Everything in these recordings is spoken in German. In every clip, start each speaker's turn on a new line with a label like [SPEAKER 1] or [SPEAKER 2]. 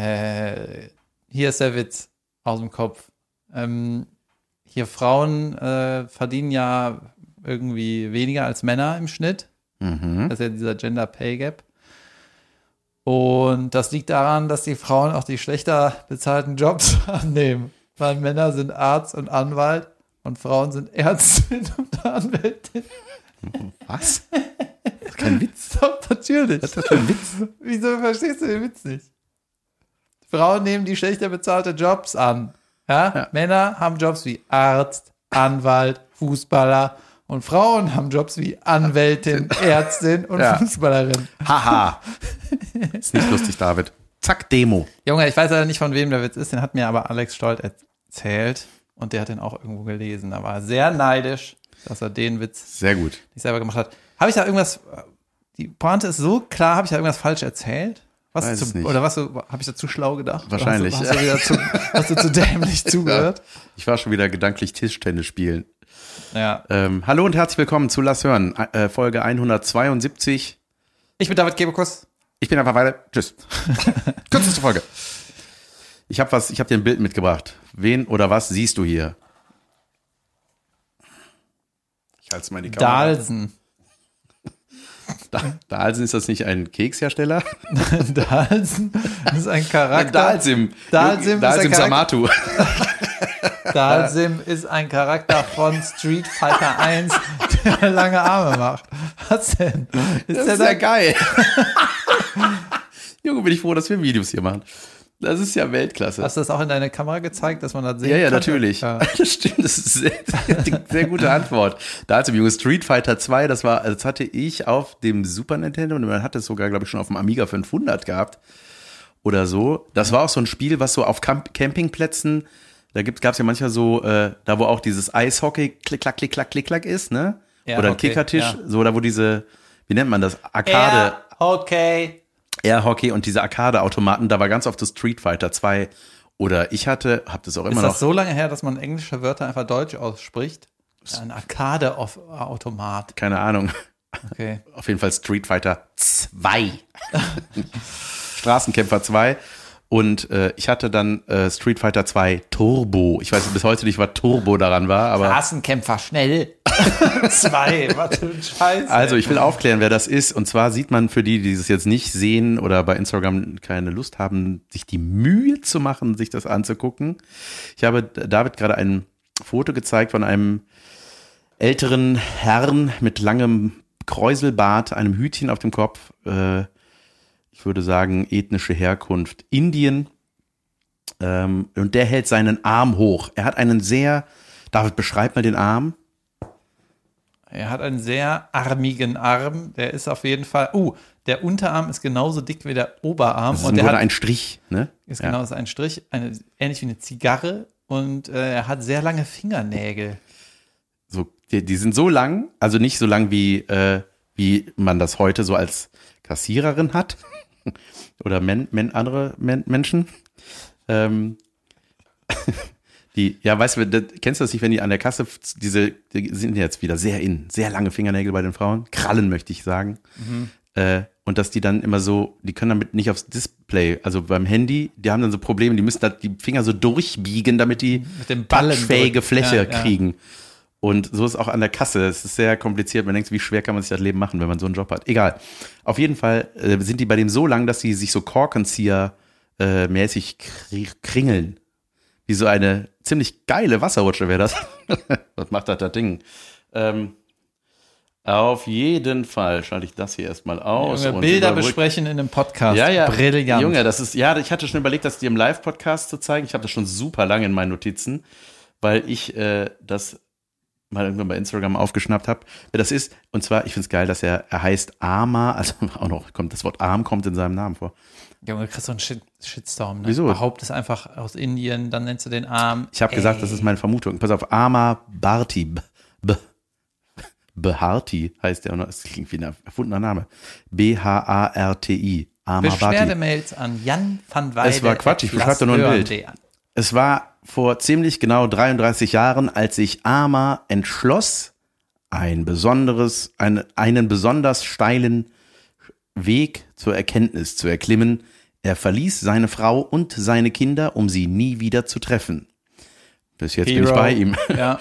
[SPEAKER 1] Äh, hier ist der Witz aus dem Kopf. Ähm, hier Frauen äh, verdienen ja irgendwie weniger als Männer im Schnitt.
[SPEAKER 2] Mhm.
[SPEAKER 1] Das ist ja dieser Gender Pay Gap. Und das liegt daran, dass die Frauen auch die schlechter bezahlten Jobs annehmen. Weil Männer sind Arzt und Anwalt und Frauen sind Ärztin und Anwältin.
[SPEAKER 2] Was? Das ist kein Witz.
[SPEAKER 1] Doch, natürlich.
[SPEAKER 2] Das ist kein Witz.
[SPEAKER 1] Wieso verstehst du den Witz nicht? Frauen nehmen die schlechter bezahlte Jobs an. Ja?
[SPEAKER 2] Ja.
[SPEAKER 1] Männer haben Jobs wie Arzt, Anwalt, Fußballer und Frauen haben Jobs wie Anwältin, Ärztin und
[SPEAKER 2] Ja.
[SPEAKER 1] Fußballerin.
[SPEAKER 2] Haha. Ist nicht lustig, David. Zack, Demo.
[SPEAKER 1] Junge, ich weiß leider nicht, von wem der Witz ist, den hat mir aber Alex Stolt erzählt und der hat den auch irgendwo gelesen. Da war er sehr neidisch, dass er den Witz
[SPEAKER 2] Sehr gut.
[SPEAKER 1] nicht selber gemacht hat. Habe ich da irgendwas, die Pointe ist so klar, habe ich da irgendwas falsch erzählt? Was
[SPEAKER 2] Weiß es
[SPEAKER 1] zu,
[SPEAKER 2] nicht.
[SPEAKER 1] oder was so, habe ich da zu schlau gedacht? Oder
[SPEAKER 2] Wahrscheinlich.
[SPEAKER 1] Hast du, hast du, wieder zu, hast du zu dämlich zugehört?
[SPEAKER 2] Ich war schon wieder gedanklich Tischtennis spielen.
[SPEAKER 1] Ja.
[SPEAKER 2] Ähm, hallo und herzlich willkommen zu Lass hören, äh, Folge 172.
[SPEAKER 1] Ich bin David Gebekus.
[SPEAKER 2] Ich bin einfach weiter. Tschüss. Kürzeste Folge. Ich habe was, ich habe dir ein Bild mitgebracht. Wen oder was siehst du hier? Ich halte mal in die Kamera.
[SPEAKER 1] Dahlsen.
[SPEAKER 2] Da- Dahlsen ist das nicht ein Kekshersteller?
[SPEAKER 1] Dahlsen ist ein Charakter.
[SPEAKER 2] Dahlsim.
[SPEAKER 1] Dahlsim ist
[SPEAKER 2] Dahlsim
[SPEAKER 1] der Charakter-
[SPEAKER 2] Samatu.
[SPEAKER 1] Dalsim ist ein Charakter von Street Fighter 1, der lange Arme macht. Was denn? Ist
[SPEAKER 2] Das
[SPEAKER 1] der
[SPEAKER 2] ist ja
[SPEAKER 1] da
[SPEAKER 2] geil. Junge, bin ich froh, dass wir Videos hier machen. Das ist ja Weltklasse.
[SPEAKER 1] Hast du das auch in deine Kamera gezeigt, dass man das sehen
[SPEAKER 2] Ja, ja,
[SPEAKER 1] kann?
[SPEAKER 2] natürlich.
[SPEAKER 1] Ja.
[SPEAKER 2] Das stimmt, das ist sehr, sehr, sehr gute Antwort. Dazu, Junge, Street Fighter 2, das war, das hatte ich auf dem Super Nintendo und man hat es sogar, glaube ich, schon auf dem Amiga 500 gehabt oder so. Das war auch so ein Spiel, was so auf Camp Campingplätzen, da gab es ja manchmal so, äh, da wo auch dieses Eishockey klick, klack, klick, klack, klick, klack ist, ne?
[SPEAKER 1] Ja,
[SPEAKER 2] oder ein
[SPEAKER 1] okay,
[SPEAKER 2] Kickertisch,
[SPEAKER 1] ja.
[SPEAKER 2] so da wo diese, wie nennt man das? Arcade.
[SPEAKER 1] Ja, okay.
[SPEAKER 2] Air Hockey und diese Arcade-Automaten, da war ganz oft das Street Fighter 2 oder ich hatte, hab das auch immer
[SPEAKER 1] Ist
[SPEAKER 2] noch.
[SPEAKER 1] das so lange her, dass man englische Wörter einfach deutsch ausspricht? Ja, Ein Arcade-Automat.
[SPEAKER 2] Keine Ahnung.
[SPEAKER 1] Okay.
[SPEAKER 2] Auf jeden Fall Street Fighter 2. Straßenkämpfer 2. Und äh, ich hatte dann äh, Street Fighter 2 Turbo. Ich weiß bis heute nicht, was Turbo daran war, aber.
[SPEAKER 1] Straßenkämpfer schnell. Zwei. Was für ein Scheiß. ey.
[SPEAKER 2] Also, ich will aufklären, wer das ist. Und zwar sieht man für die, die das jetzt nicht sehen oder bei Instagram keine Lust haben, sich die Mühe zu machen, sich das anzugucken. Ich habe David gerade ein Foto gezeigt von einem älteren Herrn mit langem Kräuselbart, einem Hütchen auf dem Kopf. Äh, ich würde sagen, ethnische Herkunft Indien. Ähm, und der hält seinen Arm hoch. Er hat einen sehr, David, beschreib mal den Arm.
[SPEAKER 1] Er hat einen sehr armigen Arm. Der ist auf jeden Fall. Uh, der Unterarm ist genauso dick wie der Oberarm.
[SPEAKER 2] Das ist
[SPEAKER 1] und
[SPEAKER 2] im
[SPEAKER 1] der
[SPEAKER 2] Grunde
[SPEAKER 1] hat
[SPEAKER 2] ein Strich, ne?
[SPEAKER 1] Ist
[SPEAKER 2] Ja.
[SPEAKER 1] genau, ist ein Strich, eine, ähnlich wie eine Zigarre und äh, er hat sehr lange Fingernägel.
[SPEAKER 2] so, die, die sind so lang, also nicht so lang wie, äh, wie man das heute so als Kassiererin hat oder men, men, andere men, Menschen. Ähm, die, ja, weißt du, das, kennst du das nicht, wenn die an der Kasse, f- diese, die sind jetzt wieder sehr in, sehr lange Fingernägel bei den Frauen, Krallen möchte ich sagen. Äh, und dass die dann immer so, die können damit nicht aufs Display, also beim Handy, die haben dann so Probleme, die müssen da die Finger so durchbiegen, damit die
[SPEAKER 1] Mit dem Ballen
[SPEAKER 2] touchfähige
[SPEAKER 1] drücken.
[SPEAKER 2] Fläche
[SPEAKER 1] Ja, ja.
[SPEAKER 2] kriegen. Und so ist auch an der Kasse. Es ist sehr kompliziert. Man denkt, wie schwer kann man sich das Leben machen, wenn man so einen Job hat. Egal. Auf jeden Fall äh, sind die bei dem so lang, dass sie sich so Korkenzieher-mäßig kringeln. Wie so eine ziemlich geile Wasserrutsche wäre das. Was macht das, das Ding? Ähm, auf jeden Fall schalte ich das hier erstmal aus.
[SPEAKER 1] Junge, Bilder
[SPEAKER 2] überbrück-
[SPEAKER 1] besprechen in einem Podcast.
[SPEAKER 2] ja, ja.
[SPEAKER 1] Brillant.
[SPEAKER 2] Junge, das ist, ja, ich hatte schon überlegt, das dir im Live-Podcast zu zeigen. Ich habe das schon super lange in meinen Notizen, weil ich äh, das mal irgendwann bei Instagram aufgeschnappt habe, wer das ist. Und zwar, ich finde es geil, dass er, er heißt Arma, also auch noch kommt, das Wort Arm kommt in seinem Namen vor.
[SPEAKER 1] Junge, kriegst du einen Shit, Shitstorm. Ne?
[SPEAKER 2] Wieso?
[SPEAKER 1] Überhaupt ist einfach aus Indien, dann nennst du den Arm.
[SPEAKER 2] Ich habe gesagt,
[SPEAKER 1] Ey.
[SPEAKER 2] das ist meine Vermutung. Pass auf, Arma Barti. B, b, Beharti heißt der. auch noch. Das klingt wie ein erfundener Name. B-H-A-R-T-I. Arma Barti.
[SPEAKER 1] Beschwerdemails an Jan van Weide.
[SPEAKER 2] Es war Quatsch, ich beschreib doch nur ein Bild.
[SPEAKER 1] lasthören.de.
[SPEAKER 2] Es war vor ziemlich genau 33 Jahren, als ich Ama entschloss, ein besonderes, ein, einen besonders steilen Weg zur Erkenntnis zu erklimmen, Er verließ seine Frau und seine Kinder, um sie nie wieder zu treffen. Bis jetzt bin ich
[SPEAKER 1] Hero.
[SPEAKER 2] bei ihm.
[SPEAKER 1] Ja.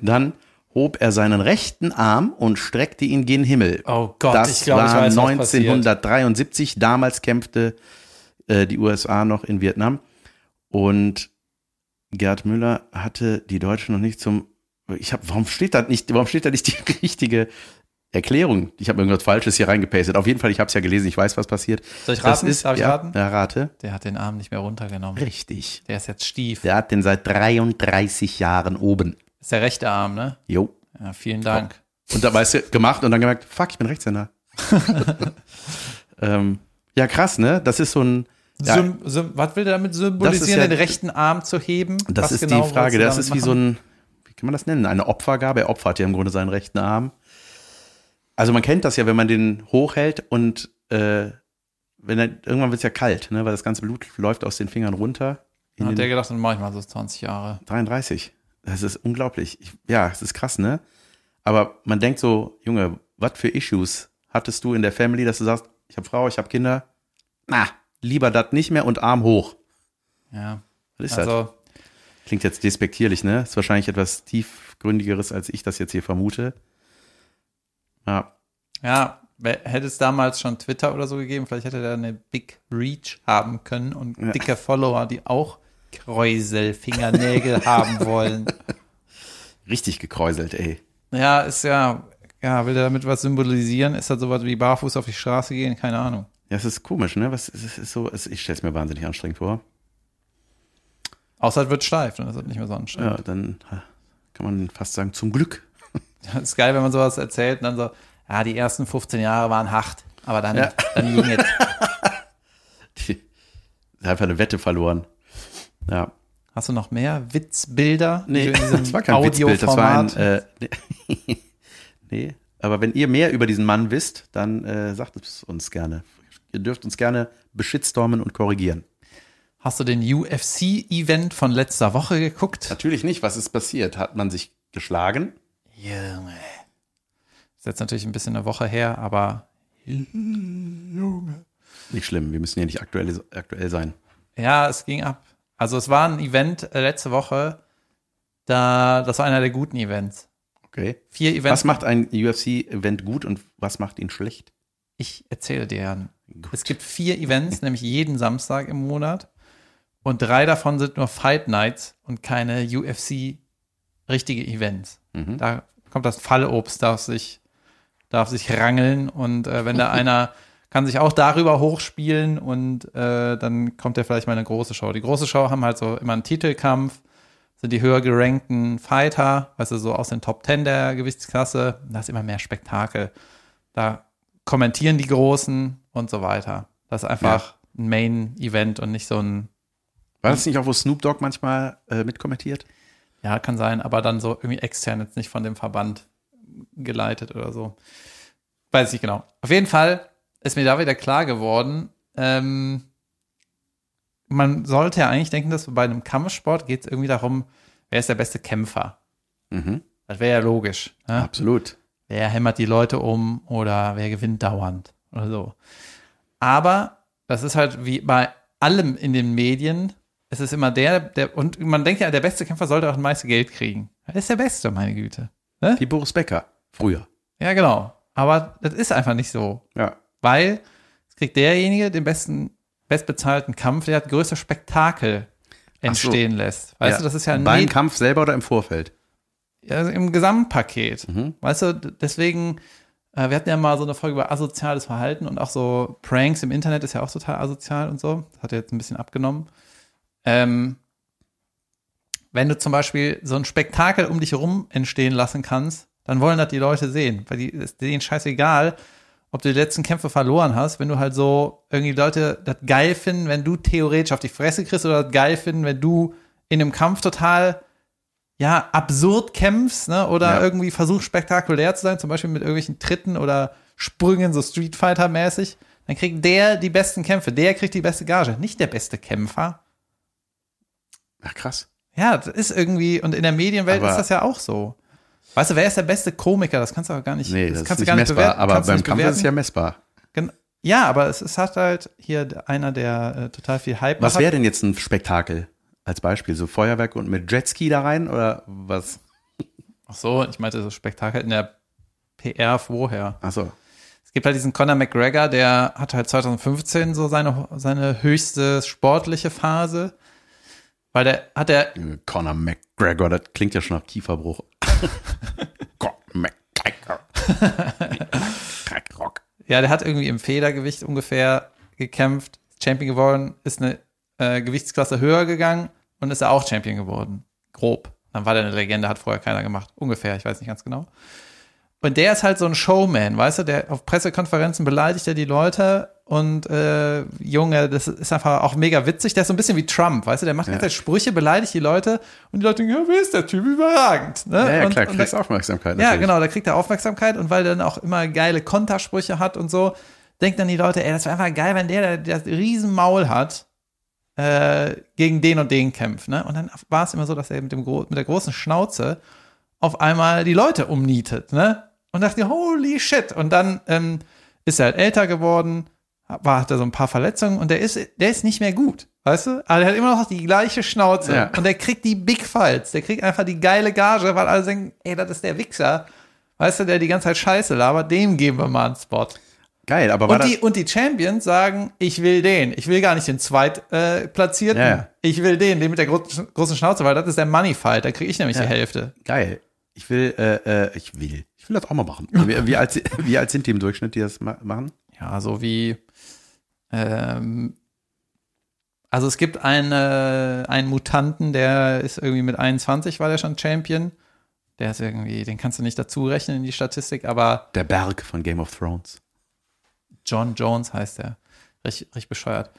[SPEAKER 2] Dann hob er seinen rechten Arm und streckte ihn gen Himmel.
[SPEAKER 1] Oh Gott,
[SPEAKER 2] das
[SPEAKER 1] ich glaube, ich
[SPEAKER 2] war
[SPEAKER 1] weiß, was passiert.
[SPEAKER 2] 1973. Damals kämpfte äh, die USA noch in Vietnam. Und Gerd Müller hatte die Deutschen noch nicht zum. Ich habe, warum steht da nicht, warum steht da nicht die richtige Erklärung? Ich habe irgendwas Falsches hier reingepastet. Auf jeden Fall, ich habe es ja gelesen. Ich weiß, was passiert.
[SPEAKER 1] Soll ich raten? Darf ich
[SPEAKER 2] ja,
[SPEAKER 1] raten?
[SPEAKER 2] Ja, rate.
[SPEAKER 1] Der hat den Arm nicht mehr runtergenommen.
[SPEAKER 2] Richtig.
[SPEAKER 1] Der ist jetzt stief.
[SPEAKER 2] Der hat den seit 33 Jahren oben.
[SPEAKER 1] Ist der rechte Arm, ne?
[SPEAKER 2] Jo.
[SPEAKER 1] Ja, vielen Dank.
[SPEAKER 2] Und da weißt du, gemacht und dann gemerkt, fuck, ich bin Rechtshänder. ähm, ja, krass, ne? Das ist so ein. Ja,
[SPEAKER 1] Sym, sym, was will der damit symbolisieren,
[SPEAKER 2] ja-
[SPEAKER 1] den rechten Arm zu heben?
[SPEAKER 2] das
[SPEAKER 1] Was
[SPEAKER 2] ist
[SPEAKER 1] genau
[SPEAKER 2] die Frage.
[SPEAKER 1] wolltest du
[SPEAKER 2] Das
[SPEAKER 1] damit
[SPEAKER 2] ist wie so
[SPEAKER 1] machen?
[SPEAKER 2] ein, wie kann man das nennen? Eine Opfergabe. Er opfert ja im Grunde seinen rechten Arm. Also man kennt das ja, wenn man den hochhält und äh, wenn er, irgendwann wird es ja kalt, ne? Weil das ganze Blut läuft aus den Fingern runter. In
[SPEAKER 1] Hat
[SPEAKER 2] den,
[SPEAKER 1] der gedacht, dann mache ich mal so 20 Jahre.
[SPEAKER 2] 33. Das ist unglaublich. Ich, ja, es ist krass, ne? Aber man denkt so, Junge, was für Issues hattest du in der Family, dass du sagst, ich habe Frau, ich habe Kinder. Na, lieber das nicht mehr und Arm hoch.
[SPEAKER 1] Ja.
[SPEAKER 2] Was ist halt
[SPEAKER 1] Also,
[SPEAKER 2] das? Klingt jetzt despektierlich, ne? Ist wahrscheinlich etwas tiefgründigeres, als ich das jetzt hier vermute. Ja,
[SPEAKER 1] ja, wär- hätte es damals schon Twitter oder so gegeben, vielleicht hätte der eine Big Reach haben können und
[SPEAKER 2] Ja.
[SPEAKER 1] dicke Follower, die auch Kräuselfingernägel haben wollen.
[SPEAKER 2] richtig gekräuselt, ey.
[SPEAKER 1] Ja, ist ja, ja, will der damit was symbolisieren? Ist das sowas wie barfuß auf die Straße gehen? Keine Ahnung.
[SPEAKER 2] Ja, es ist komisch, ne? Was es ist, ist so, es- ich stelle es mir wahnsinnig anstrengend vor.
[SPEAKER 1] Außer es wird steif, dann ist das nicht mehr so anstrengend.
[SPEAKER 2] Ja, dann ha, kann man fast sagen, zum Glück.
[SPEAKER 1] Das ist geil, wenn man sowas erzählt und dann so, ja, die ersten 15 Jahre waren hart, aber dann,
[SPEAKER 2] Ja.
[SPEAKER 1] dann ging es.
[SPEAKER 2] Die, einfach eine Wette verloren. Ja.
[SPEAKER 1] Hast du noch mehr Witzbilder? die du
[SPEAKER 2] Nee,
[SPEAKER 1] in diesem
[SPEAKER 2] das war kein Witzbild, das war ein.
[SPEAKER 1] Audioformat-
[SPEAKER 2] Äh, nee. nee, aber wenn ihr mehr über diesen Mann wisst, dann äh, sagt es uns gerne. Ihr dürft uns gerne beschitstormen und korrigieren.
[SPEAKER 1] Hast du den UFC-Event von letzter Woche geguckt?
[SPEAKER 2] Natürlich nicht. Was ist passiert? Hat man sich geschlagen?
[SPEAKER 1] Junge. Ist jetzt natürlich ein bisschen eine Woche her, aber
[SPEAKER 2] Nicht schlimm. Wir müssen ja nicht aktuell, aktuell sein.
[SPEAKER 1] Ja, es ging ab. Also es war ein Event äh, letzte Woche, da das war einer der guten Events.
[SPEAKER 2] Okay.
[SPEAKER 1] Vier
[SPEAKER 2] Was
[SPEAKER 1] Events.
[SPEAKER 2] macht ein UFC-Event gut und was macht ihn schlecht?
[SPEAKER 1] ich erzähle dir, Jan.
[SPEAKER 2] Gut.
[SPEAKER 1] Es gibt vier Events, nämlich jeden Samstag im Monat. Und drei davon sind nur Fight Nights und keine UFC richtige Events.
[SPEAKER 2] Mhm.
[SPEAKER 1] Da kommt das Fallobst, darf sich, darf sich rangeln und äh, wenn da einer kann sich auch darüber hochspielen und äh, dann kommt ja vielleicht mal eine große Show. Die große Show haben halt so immer einen Titelkampf, sind die höher gerankten Fighter, weißt du, so aus den Top Ten der Gewichtsklasse. Da ist immer mehr Spektakel. Da kommentieren die Großen und so weiter. Das ist einfach ein Main-Event und nicht so ein
[SPEAKER 2] War das nicht auch, wo Snoop Dogg manchmal äh, mitkommentiert?
[SPEAKER 1] Ja, kann sein, aber dann so irgendwie extern jetzt nicht von dem Verband geleitet oder so. Weiß nicht genau. Auf jeden Fall ist mir da wieder klar geworden, ähm, man sollte ja eigentlich denken, dass bei einem Kampfsport geht es irgendwie darum, wer ist der beste Kämpfer.
[SPEAKER 2] Mhm.
[SPEAKER 1] Das wäre ja logisch. Ne?
[SPEAKER 2] Absolut.
[SPEAKER 1] wer hämmert die Leute um oder wer gewinnt dauernd oder so. Aber das ist halt wie bei allem in den Medien, es ist immer der, der, und man denkt ja, der beste Kämpfer sollte auch das meiste Geld kriegen. Er ist der Beste, meine Güte.
[SPEAKER 2] Wie Boris Becker früher.
[SPEAKER 1] Ja, genau. Aber das ist einfach nicht so,
[SPEAKER 2] Ja.
[SPEAKER 1] weil es kriegt derjenige den besten, bestbezahlten Kampf, der das größte Spektakel
[SPEAKER 2] Ach so.
[SPEAKER 1] entstehen lässt. Weißt
[SPEAKER 2] Ja.
[SPEAKER 1] du, das ist ja ein
[SPEAKER 2] Beim
[SPEAKER 1] Med-
[SPEAKER 2] Kampf selber oder im Vorfeld?
[SPEAKER 1] also im Gesamtpaket.
[SPEAKER 2] Mhm.
[SPEAKER 1] Weißt du, d- deswegen, äh, wir hatten ja mal so eine Folge über asoziales Verhalten und auch so Pranks im Internet ist ja auch total asozial und so. Das hat ja jetzt ein bisschen abgenommen. Ähm, wenn du zum Beispiel so ein Spektakel um dich herum entstehen lassen kannst, dann wollen das die Leute sehen, weil die ist denen scheißegal, ob du die letzten Kämpfe verloren hast, wenn du halt so irgendwie Leute das geil finden, wenn du theoretisch auf die Fresse kriegst oder das geil finden, wenn du in einem Kampf total ja, absurd kämpfst, ne? Oder
[SPEAKER 2] Ja.
[SPEAKER 1] irgendwie versuchst spektakulär zu sein, zum Beispiel mit irgendwelchen Tritten oder Sprüngen, so Street Fighter-mäßig, dann kriegt der die besten Kämpfe, der kriegt die beste Gage, nicht der beste Kämpfer.
[SPEAKER 2] Ach, krass.
[SPEAKER 1] Ja, das ist irgendwie, und in der Medienwelt
[SPEAKER 2] Aber-
[SPEAKER 1] ist das ja auch so. Weißt du, wer ist der beste Komiker? Das kannst du auch gar nicht,
[SPEAKER 2] Nee, das,
[SPEAKER 1] kannst du
[SPEAKER 2] ist
[SPEAKER 1] gar
[SPEAKER 2] nicht
[SPEAKER 1] nicht
[SPEAKER 2] messbar.
[SPEAKER 1] bewerten.
[SPEAKER 2] aber
[SPEAKER 1] kannst du
[SPEAKER 2] beim
[SPEAKER 1] nicht
[SPEAKER 2] Kampf ist es ja
[SPEAKER 1] bewerten.
[SPEAKER 2] messbar.
[SPEAKER 1] Gen- Ja, aber es, es hat halt hier einer, der äh, total viel Hype
[SPEAKER 2] Was
[SPEAKER 1] hat.
[SPEAKER 2] wäre denn jetzt ein Spektakel als Beispiel? So Feuerwerk und mit Jetski da rein oder was?
[SPEAKER 1] Ach so, ich meinte so Spektakel in der PR vorher.
[SPEAKER 2] Achso.
[SPEAKER 1] Es gibt halt diesen Conor McGregor, der hat halt 2015 so seine, seine höchste sportliche Phase. Weil der hat er
[SPEAKER 2] Conor McGregor, das klingt ja schon nach Kieferbruch. Conor McGregor. Rock.
[SPEAKER 1] Ja, der hat irgendwie im Federgewicht ungefähr gekämpft, Champion geworden, ist eine äh, Gewichtsklasse höher gegangen und ist er auch Champion geworden. Grob. Dann war der eine Legende, hat vorher keiner gemacht. Ungefähr, ich weiß nicht ganz genau. Und der ist halt so ein Showman, weißt du, der auf Pressekonferenzen beleidigt er die Leute und äh, Junge, das ist einfach auch mega witzig. Der ist so ein bisschen wie Trump, weißt du, der macht ja.
[SPEAKER 2] Ja.
[SPEAKER 1] ganze Zeit Sprüche, beleidigt die Leute und die Leute denken, ja, wer ist der Typ überragend? Ne?
[SPEAKER 2] Ja, ja,
[SPEAKER 1] und,
[SPEAKER 2] klar,
[SPEAKER 1] und
[SPEAKER 2] kriegst Aufmerksamkeit.
[SPEAKER 1] ja,
[SPEAKER 2] natürlich.
[SPEAKER 1] genau, da kriegt er Aufmerksamkeit und weil er dann auch immer geile Kontersprüche hat und so, denkt dann die Leute, ey, das wäre einfach geil, wenn der, der das Riesenmaul hat, äh, gegen den und den kämpft, ne? Und dann war es immer so, dass er mit, dem, gro- mit der großen Schnauze auf einmal die Leute umnietet, ne? Und dachte, holy shit. Und dann ähm, ist er halt älter geworden, war, hat er so ein paar Verletzungen und der ist, der ist nicht mehr gut, weißt du? Aber der hat immer noch die gleiche Schnauze.
[SPEAKER 2] Ja.
[SPEAKER 1] Und der kriegt die Big Fights, der kriegt einfach die geile Gage, weil alle denken, ey, das ist der Wichser. Weißt du, der die ganze Zeit Scheiße labert, dem geben wir mal einen Spot.
[SPEAKER 2] Geil, aber war
[SPEAKER 1] Und
[SPEAKER 2] das,
[SPEAKER 1] die, und die Champions sagen, ich will den. Ich will gar nicht den Zweitplatzierten. Äh, Platzierten.
[SPEAKER 2] Ja, ja.
[SPEAKER 1] Ich will den, den mit der gro großen Schnauze, weil das ist der Money Fight. Da kriege ich nämlich die Hälfte.
[SPEAKER 2] geil. Ich will, äh, äh, ich will, ich will das auch mal machen. Wie, wie, alt, wie alt sind die im Durchschnitt, die das ma machen?
[SPEAKER 1] Ja, so wie. Ähm, also es gibt eine, einen Mutanten, der ist irgendwie mit 21 war der schon Champion. Der ist irgendwie, den kannst du nicht dazu rechnen in die Statistik, aber
[SPEAKER 2] Der Berg von Game of Thrones.
[SPEAKER 1] John Jones heißt der. Richtig, richtig bescheuert.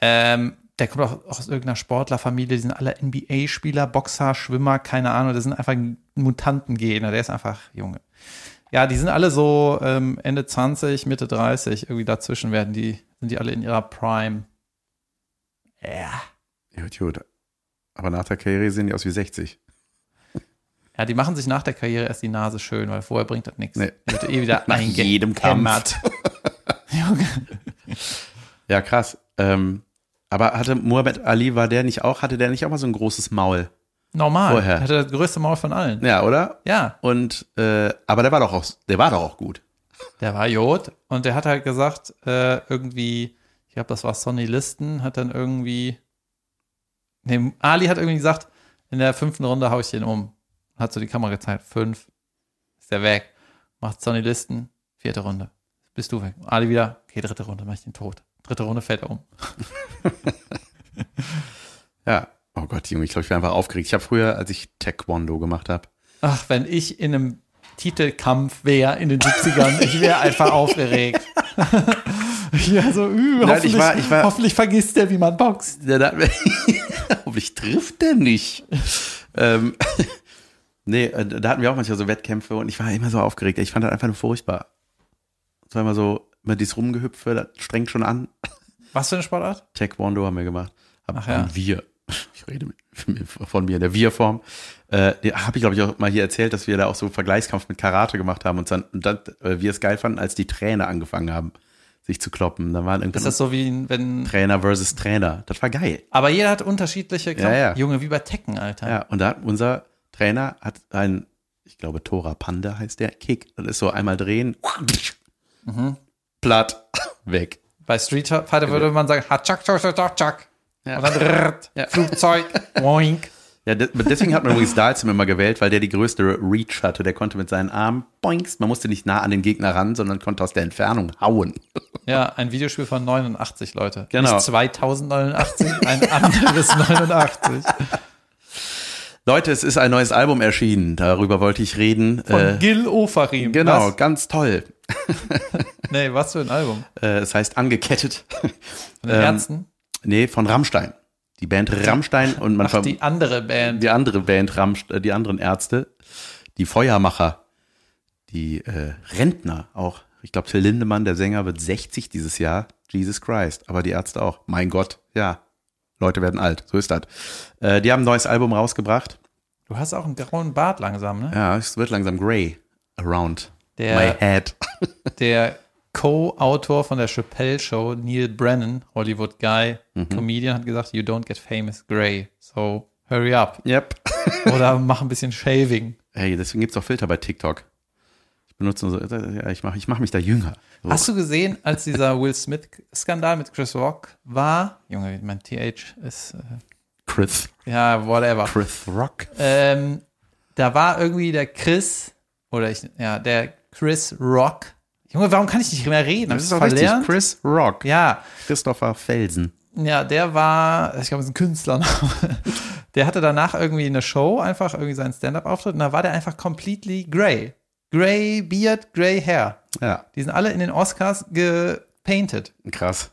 [SPEAKER 1] Ähm, der kommt auch aus irgendeiner Sportlerfamilie, die sind alle NBA-Spieler, Boxer, Schwimmer, keine Ahnung, das sind einfach Mutantengene, der ist einfach Junge. Ja, die sind alle so ähm, Ende 20, Mitte 30, irgendwie dazwischen werden die, sind die alle in ihrer Prime. Ja.
[SPEAKER 2] Gut, gut. Aber nach der Karriere sehen die aus wie 60.
[SPEAKER 1] Ja, die machen sich nach der Karriere erst die Nase schön, weil vorher bringt das nichts.
[SPEAKER 2] Nee.
[SPEAKER 1] Wird eh wieder
[SPEAKER 2] Nach
[SPEAKER 1] einge-
[SPEAKER 2] jedem Kampf.
[SPEAKER 1] hämmert. Junge.
[SPEAKER 2] Ja, krass. Ähm, aber hatte Muhammad Ali, war der nicht auch, hatte der nicht auch mal so ein großes Maul?
[SPEAKER 1] Normal.
[SPEAKER 2] Vorher.
[SPEAKER 1] Hatte das größte Maul von allen.
[SPEAKER 2] Ja, oder?
[SPEAKER 1] ja.
[SPEAKER 2] Und, äh, aber der war doch auch, der war doch auch gut.
[SPEAKER 1] Der war Jod und der hat halt gesagt, äh, irgendwie, ich glaube, das war Sonny Liston, hat dann irgendwie, nee, Ali hat irgendwie gesagt, in der fünften Runde hau ich den um. Hat so die Kamera gezeigt, fünf, ist der weg. Macht Sonny Liston, vierte Runde, bist du weg. Ali wieder, okay, dritte Runde, mach ich den tot. Dritte Runde fällt er um.
[SPEAKER 2] Ja. Oh Gott, Junge, ich glaube, ich bin einfach aufgeregt. Ich habe früher, als ich Taekwondo gemacht habe,
[SPEAKER 1] Ach, wenn ich in einem Titelkampf wäre, in den 70ern, ich wäre einfach aufgeregt. ja, so, üh,
[SPEAKER 2] Nein,
[SPEAKER 1] hoffentlich,
[SPEAKER 2] ich war- ich war-
[SPEAKER 1] hoffentlich vergisst der, wie man boxt.
[SPEAKER 2] Der da, hoffentlich trifft der nicht. ähm, nee, äh, da hatten wir auch manchmal so Wettkämpfe und ich war immer so aufgeregt. Ich fand das einfach nur furchtbar. Es war immer so, immer dieses Rumgehüpfe, das strengt schon an.
[SPEAKER 1] Was für eine Sportart?
[SPEAKER 2] Taekwondo haben wir gemacht. Hab,
[SPEAKER 1] Ach ja.
[SPEAKER 2] haben Wir. Ich rede mit, von mir in der Wir-Form. Äh, Habe ich, glaube ich, auch mal hier erzählt, dass wir da auch so Vergleichskampf mit Karate gemacht haben und dann, und dann äh, wir es geil fanden, als die Trainer angefangen haben, sich zu kloppen. Dann waren
[SPEAKER 1] Ist
[SPEAKER 2] irgendwann
[SPEAKER 1] das so wie ein- wenn.
[SPEAKER 2] Trainer versus Trainer. Das war geil.
[SPEAKER 1] Aber jeder hat unterschiedliche Klamotten.
[SPEAKER 2] Ja, ja.
[SPEAKER 1] Junge, wie bei Tekken, Alter.
[SPEAKER 2] Ja, und da hat unser Trainer hat ein, ich glaube, Tora Panda heißt der, Kick. Das ist so einmal drehen,
[SPEAKER 1] Mhm.
[SPEAKER 2] platt, weg.
[SPEAKER 1] Bei Street Fighter würde man sagen, hatschak, tschak, tschak, tschak, tschak.
[SPEAKER 2] Ja.
[SPEAKER 1] Und dann rrrt, Flugzeug, boink.
[SPEAKER 2] Ja, de- deswegen hat man übrigens Dahlzim immer gewählt, weil der die größte Reach hatte. Der konnte mit seinen Armen, boinks, man musste nicht nah an den Gegner ran, sondern konnte aus der Entfernung hauen.
[SPEAKER 1] Ja, ein Videospiel von 89, Leute.
[SPEAKER 2] Genau.
[SPEAKER 1] Nicht 2089, ein anderes 89.
[SPEAKER 2] Leute, es ist ein neues Album erschienen. Darüber wollte ich reden.
[SPEAKER 1] Von
[SPEAKER 2] Äh,
[SPEAKER 1] Gil Ofarim.
[SPEAKER 2] genau, ganz toll.
[SPEAKER 1] Was? Nee, was für ein Album?
[SPEAKER 2] Äh, es heißt Angekettet.
[SPEAKER 1] Von den
[SPEAKER 2] Ähm,
[SPEAKER 1] Ärzten?
[SPEAKER 2] nee, von Rammstein. Die Band Rammstein und man
[SPEAKER 1] Ach,
[SPEAKER 2] ver-
[SPEAKER 1] die andere Band.
[SPEAKER 2] die andere Band, Rammst äh, die anderen Ärzte, die Feuermacher, die äh, Rentner auch. Ich glaube, Till Lindemann, der Sänger, wird 60 dieses Jahr. Jesus Christ. Aber die Ärzte auch. Mein Gott, ja. Leute werden alt. So ist das. Äh, die haben ein neues Album rausgebracht.
[SPEAKER 1] Du hast auch einen grauen Bart langsam, ne?
[SPEAKER 2] Ja, es wird langsam grey around
[SPEAKER 1] Der-
[SPEAKER 2] my head.
[SPEAKER 1] Der Co-Autor von der Chappelle Show, Neil Brennan, Hollywood Guy, Comedian, hat gesagt, you don't get famous gray, so hurry up.
[SPEAKER 2] Yep.
[SPEAKER 1] Oder mach ein bisschen Shaving.
[SPEAKER 2] Hey, deswegen gibt's auch Filter bei TikTok. Ich benutze nur so, äh, ja, ich mache ich mach mich da jünger. So.
[SPEAKER 1] Hast du gesehen, als dieser Will Smith-Skandal mit Chris Rock war, Junge, mein TH ist, äh,
[SPEAKER 2] Chris,
[SPEAKER 1] ja, whatever.
[SPEAKER 2] Chris Rock.
[SPEAKER 1] Ähm, da war irgendwie der Chris, oder ich, ja, der Chris Rock. Junge, warum kann ich nicht mehr reden? Hab ich verlernt?
[SPEAKER 2] Chris Rock.
[SPEAKER 1] Ja,
[SPEAKER 2] Christopher Felsen.
[SPEAKER 1] ja, der war, ich glaube, ist ein Künstlername. Der hatte danach irgendwie eine Show, einfach irgendwie seinen Stand-up-Auftritt, und da war der einfach completely grey. Grey Beard, grey Hair.
[SPEAKER 2] Ja,
[SPEAKER 1] Die sind alle in den Oscars gepainted.
[SPEAKER 2] krass.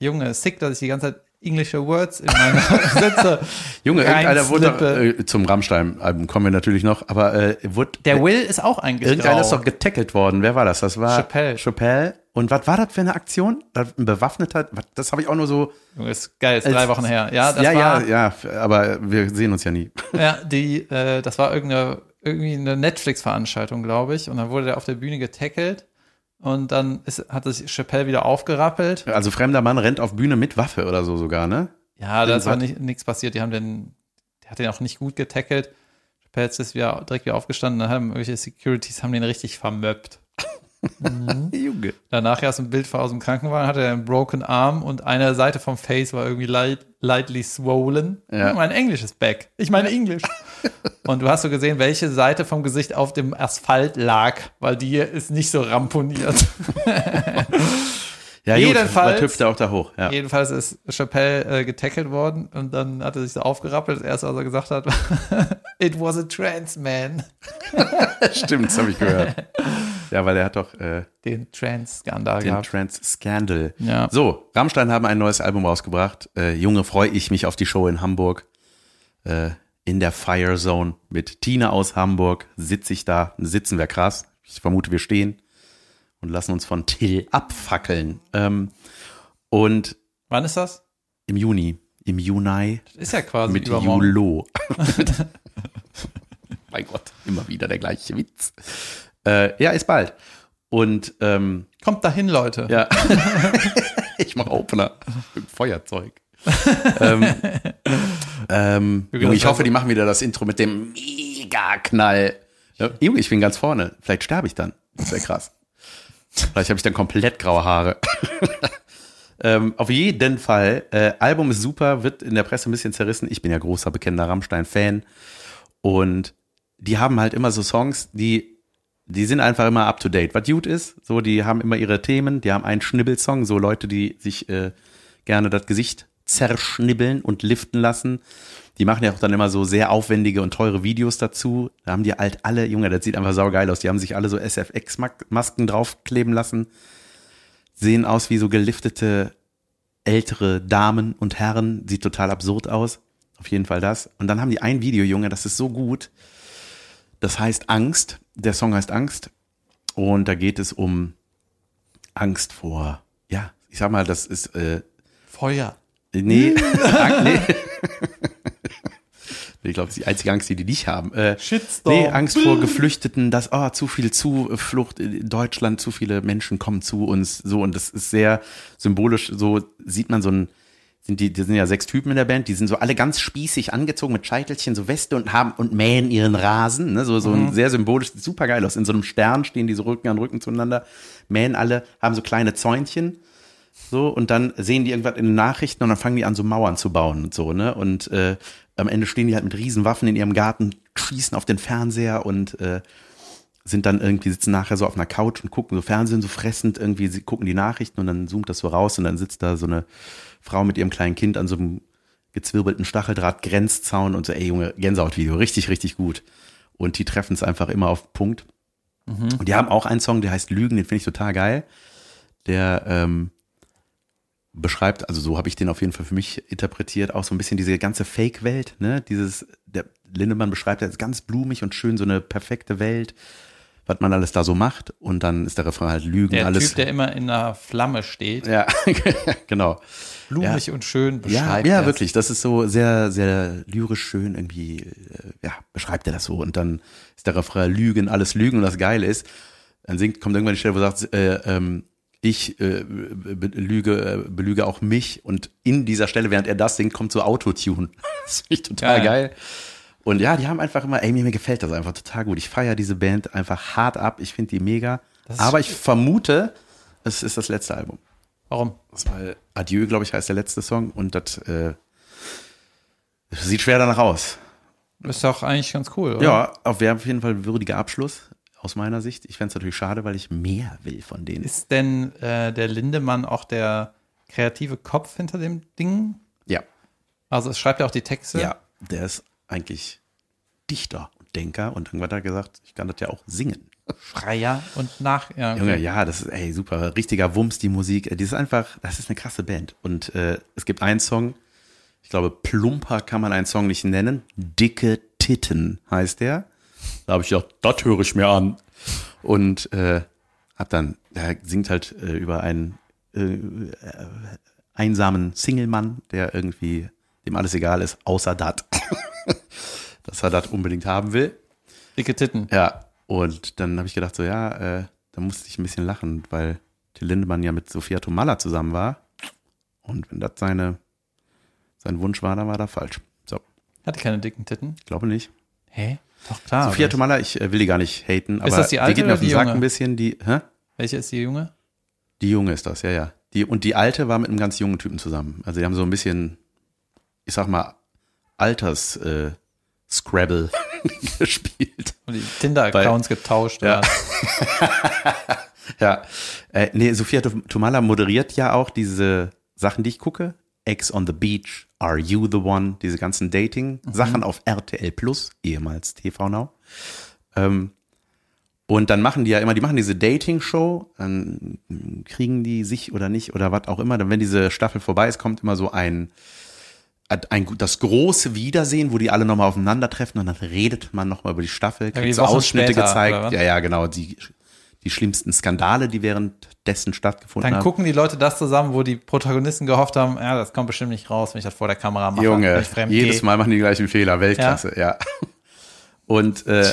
[SPEAKER 1] Junge, sick, dass ich die ganze Zeit englische Words in meine Sätze.
[SPEAKER 2] Junge,
[SPEAKER 1] Rein
[SPEAKER 2] irgendeiner wurde doch,
[SPEAKER 1] Slippe.
[SPEAKER 2] äh, zum Rammstein-Album kommen wir natürlich noch, aber äh, wurde
[SPEAKER 1] Der Will ist auch eigentlich
[SPEAKER 2] irgendeiner ist
[SPEAKER 1] grau.
[SPEAKER 2] doch getackelt worden. Wer war das? Das war
[SPEAKER 1] Chappelle.
[SPEAKER 2] Chappelle. Und was war das für eine Aktion? Das Ein bewaffneter, was- das habe ich auch nur so.
[SPEAKER 1] Junge, ist geil, ist drei Wochen her. Ja, das
[SPEAKER 2] ja,
[SPEAKER 1] war,
[SPEAKER 2] ja, ja, aber wir sehen uns ja nie.
[SPEAKER 1] Ja, die, äh, das war irgendeine, irgendwie eine Netflix-Veranstaltung, glaube ich. Und dann wurde der auf der Bühne getackelt. Und dann ist, hat sich Chappelle wieder aufgerappelt.
[SPEAKER 2] Also fremder Mann rennt auf Bühne mit Waffe oder so sogar, ne?
[SPEAKER 1] Ja, da ist aber
[SPEAKER 2] Irgendwas.
[SPEAKER 1] nicht- nichts passiert. Die haben den, der hat den auch nicht gut getackelt. Chappelle ist wieder, direkt wieder aufgestanden. Dann haben irgendwelche Securities haben den richtig vermöppt.
[SPEAKER 2] Junge.
[SPEAKER 1] Danach erst ein Bild aus dem Krankenwagen, hatte er einen broken Arm und eine Seite vom Face war irgendwie light, lightly swollen.
[SPEAKER 2] Ja.
[SPEAKER 1] Mein Englisch ist back. Ich meine Englisch. und du hast so gesehen, welche Seite vom Gesicht auf dem Asphalt lag, weil die ist nicht so ramponiert.
[SPEAKER 2] Ja,
[SPEAKER 1] Jedenfalls-
[SPEAKER 2] Gut, tüpft er auch da hoch. Ja.
[SPEAKER 1] Jedenfalls ist Chappelle äh, getackelt worden und dann hat er sich so aufgerappelt. Das erste, was er gesagt hat, it was a trans man.
[SPEAKER 2] Stimmt, das habe ich gehört. Ja, weil er hat doch äh,
[SPEAKER 1] Den Trans-Skandal
[SPEAKER 2] den
[SPEAKER 1] gehabt.
[SPEAKER 2] Trans-Scandal.
[SPEAKER 1] Ja.
[SPEAKER 2] So, Rammstein haben ein neues Album rausgebracht. Äh, Junge, freue ich mich auf die Show in Hamburg. Äh, in der Fire Zone mit Tina aus Hamburg sitze ich da. Sitzen wir krass. Ich vermute, wir stehen und lassen uns von Till abfackeln. Ähm, und
[SPEAKER 1] Wann ist das?
[SPEAKER 2] im Juni, im Juni
[SPEAKER 1] Das ist ja quasi
[SPEAKER 2] mit
[SPEAKER 1] übermorgen.
[SPEAKER 2] Julo. mein Gott, immer wieder der gleiche Witz. Äh, ja, ist bald. Und ähm,
[SPEAKER 1] Kommt dahin, Leute.
[SPEAKER 2] ja. ich mache Opener mit Feuerzeug. ähm, ähm, Junge, ich hoffe, die machen wieder das Intro mit dem Mega-Knall. Ja, Junge, ich bin ganz vorne. Vielleicht sterbe ich dann. Das wäre krass. Vielleicht habe ich dann komplett graue Haare. ähm, auf jeden Fall. Äh, Album ist super, wird in der Presse ein bisschen zerrissen. Ich bin ja großer, bekennender Rammstein-Fan. Und die haben halt immer so Songs, die die sind einfach immer up to date. Was gut ist, so, die haben immer ihre Themen, die haben einen Schnibbelsong, so Leute, die sich äh, gerne das Gesicht zerschnibbeln und liften lassen. Die machen ja auch dann immer so sehr aufwendige und teure Videos dazu. Da haben die halt alle, Junge, das sieht einfach saugeil aus. Die haben sich alle so SFX-Masken draufkleben lassen. Sehen aus wie so geliftete ältere Damen und Herren. Sieht total absurd aus. Auf jeden Fall das. Und dann haben die ein Video, Junge, das ist so gut. Das heißt Angst. Der Song heißt Angst. Und da geht es um Angst vor, ja, ich sag mal, das ist, äh,
[SPEAKER 1] Feuer.
[SPEAKER 2] nee, Angst, nee. Ich glaube, das ist die einzige Angst, die die nicht haben. Äh,
[SPEAKER 1] Shitstorm.
[SPEAKER 2] Nee, Angst vor Geflüchteten, dass oh, zu viel Zuflucht in Deutschland, zu viele Menschen kommen zu uns. So, und das ist sehr symbolisch. So sieht man so ein, sind die, die sind ja sechs Typen in der Band, die sind so alle ganz spießig angezogen mit Scheitelchen, so Weste und haben und mähen ihren Rasen. Ne? So, so ein sehr symbolisch, sieht super geil aus. In so einem Stern stehen die so Rücken an Rücken zueinander, mähen alle, haben so kleine Zäunchen. So, und dann sehen die irgendwas in den Nachrichten und dann fangen die an, so Mauern zu bauen und so, ne? Und äh, am Ende stehen die halt mit Riesenwaffen in ihrem Garten, schießen auf den Fernseher und äh, sind dann irgendwie, sitzen nachher so auf einer Couch und gucken so Fernsehen, so fressend irgendwie, sie gucken die Nachrichten und dann zoomt das so raus und dann sitzt da so eine Frau mit ihrem kleinen Kind an so einem gezwirbelten Stacheldraht, Grenzzaun und so, ey Junge, Gänsehautvideo, richtig, richtig gut. Und die treffen es einfach immer auf den Punkt.
[SPEAKER 1] Mhm.
[SPEAKER 2] Und die haben auch einen Song, der heißt Lügen, den finde ich total geil. Der, ähm, beschreibt, also so habe ich den auf jeden Fall für mich interpretiert, auch so ein bisschen diese ganze Fake-Welt, ne? Dieses, der Lindemann beschreibt das ganz blumig und schön, so eine perfekte Welt, was man alles da so macht. Und dann ist der Refrain halt Lügen,
[SPEAKER 1] Der
[SPEAKER 2] alles.
[SPEAKER 1] Typ, der immer in einer Flamme steht,
[SPEAKER 2] ja, genau.
[SPEAKER 1] blumig und schön
[SPEAKER 2] Ja,
[SPEAKER 1] beschreibt.
[SPEAKER 2] ja,
[SPEAKER 1] er.
[SPEAKER 2] wirklich. Das ist so sehr, sehr lyrisch schön irgendwie, äh, ja, beschreibt er das so. Und dann ist der Refrain Lügen, alles Lügen. Und das Geile ist, dann singt, kommt irgendwann die Stelle, wo er sagt, äh, ähm, ich äh, belüge, äh, belüge auch mich. Und in dieser Stelle, während er das singt, kommt so Autotune. das finde ich total
[SPEAKER 1] Geil.
[SPEAKER 2] geil. Und ja, die haben einfach immer, ey, mir, mir gefällt das einfach total gut. Ich feiere diese Band einfach hart ab. Ich finde die mega.
[SPEAKER 1] Das ist
[SPEAKER 2] Aber ich vermute, es ist das letzte Album.
[SPEAKER 1] Warum?
[SPEAKER 2] Das war Adieu, glaube ich, heißt der letzte Song. Und das äh, sieht schwer danach aus.
[SPEAKER 1] Ist doch eigentlich ganz cool, oder?
[SPEAKER 2] Ja, auf wäre auf jeden Fall ein würdiger Abschluss aus meiner Sicht. Ich fände es natürlich schade, weil ich mehr will von denen.
[SPEAKER 1] Ist denn äh, der Lindemann auch der kreative Kopf hinter dem Ding?
[SPEAKER 2] ja,
[SPEAKER 1] Also es schreibt er auch die Texte?
[SPEAKER 2] ja, der ist eigentlich Dichter und Denker und irgendwann hat er gesagt, ich kann das ja auch singen.
[SPEAKER 1] Schreier und nach. Ja, okay.
[SPEAKER 2] Junge, ja, das ist ey, super, richtiger Wumms, die Musik. Die ist einfach, das ist eine krasse Band. Und äh, es gibt einen Song, ich glaube, plumper kann man einen Song nicht nennen. Dicke Titten heißt der. Da habe ich gedacht, das höre ich mir an. Und äh, hab dann, der singt halt äh, über einen äh, äh, einsamen Single-Mann, der irgendwie dem alles egal ist, außer dat. Dass er das unbedingt haben will.
[SPEAKER 1] Dicke Titten.
[SPEAKER 2] Ja, und dann habe ich gedacht, so ja, äh, da musste ich ein bisschen lachen, weil Till Lindemann ja mit Sophia Tomalla zusammen war. Und wenn das seine, sein Wunsch war, dann war da falsch. So,
[SPEAKER 1] Hatte keine dicken Titten.
[SPEAKER 2] ich glaube nicht.
[SPEAKER 1] Hä? Doch klar.
[SPEAKER 2] Sophia
[SPEAKER 1] aber-
[SPEAKER 2] Tomalla, ich äh, will die gar nicht haten, aber
[SPEAKER 1] Ah, das die alte
[SPEAKER 2] geht
[SPEAKER 1] oder
[SPEAKER 2] mir auf den
[SPEAKER 1] die
[SPEAKER 2] Sack
[SPEAKER 1] junge?
[SPEAKER 2] ein bisschen. Die, hä?
[SPEAKER 1] Welche ist die Junge?
[SPEAKER 2] die junge ist das, ja, ja. Die, und die alte war mit einem ganz jungen Typen zusammen. Also die haben so ein bisschen, ich sag mal, Alters-Scrabble gespielt.
[SPEAKER 1] Und die Tinder-Accounts getauscht.
[SPEAKER 2] Ja.
[SPEAKER 1] oder?
[SPEAKER 2] Ja. Äh, nee, Sophia Tom- Tomala moderiert ja auch diese Sachen, die ich gucke. Ex on the Beach, Are You the One, diese ganzen
[SPEAKER 1] Mhm.
[SPEAKER 2] Dating-Sachen auf RTL Plus, ehemals TV Now. Ähm, und dann machen die ja immer, die machen diese Dating-Show, dann kriegen die sich oder nicht oder was auch immer. Dann, wenn diese Staffel vorbei ist, kommt immer so ein, ein das große Wiedersehen, wo die alle nochmal aufeinandertreffen und dann redet man nochmal über die Staffel,
[SPEAKER 1] die
[SPEAKER 2] kriegt so
[SPEAKER 1] Wochen
[SPEAKER 2] Ausschnitte
[SPEAKER 1] später,
[SPEAKER 2] gezeigt.
[SPEAKER 1] oder was?
[SPEAKER 2] Ja, ja, genau. Die, die schlimmsten Skandale, die währenddessen stattgefunden
[SPEAKER 1] Dann
[SPEAKER 2] haben.
[SPEAKER 1] gucken die Leute das zusammen, wo die Protagonisten gehofft haben, ja, das kommt bestimmt nicht raus, wenn ich das vor der Kamera mache. wenn
[SPEAKER 2] Junge,
[SPEAKER 1] ich fremd
[SPEAKER 2] jedes
[SPEAKER 1] gehe.
[SPEAKER 2] Mal machen die gleichen Fehler, Weltklasse, ja. Und äh,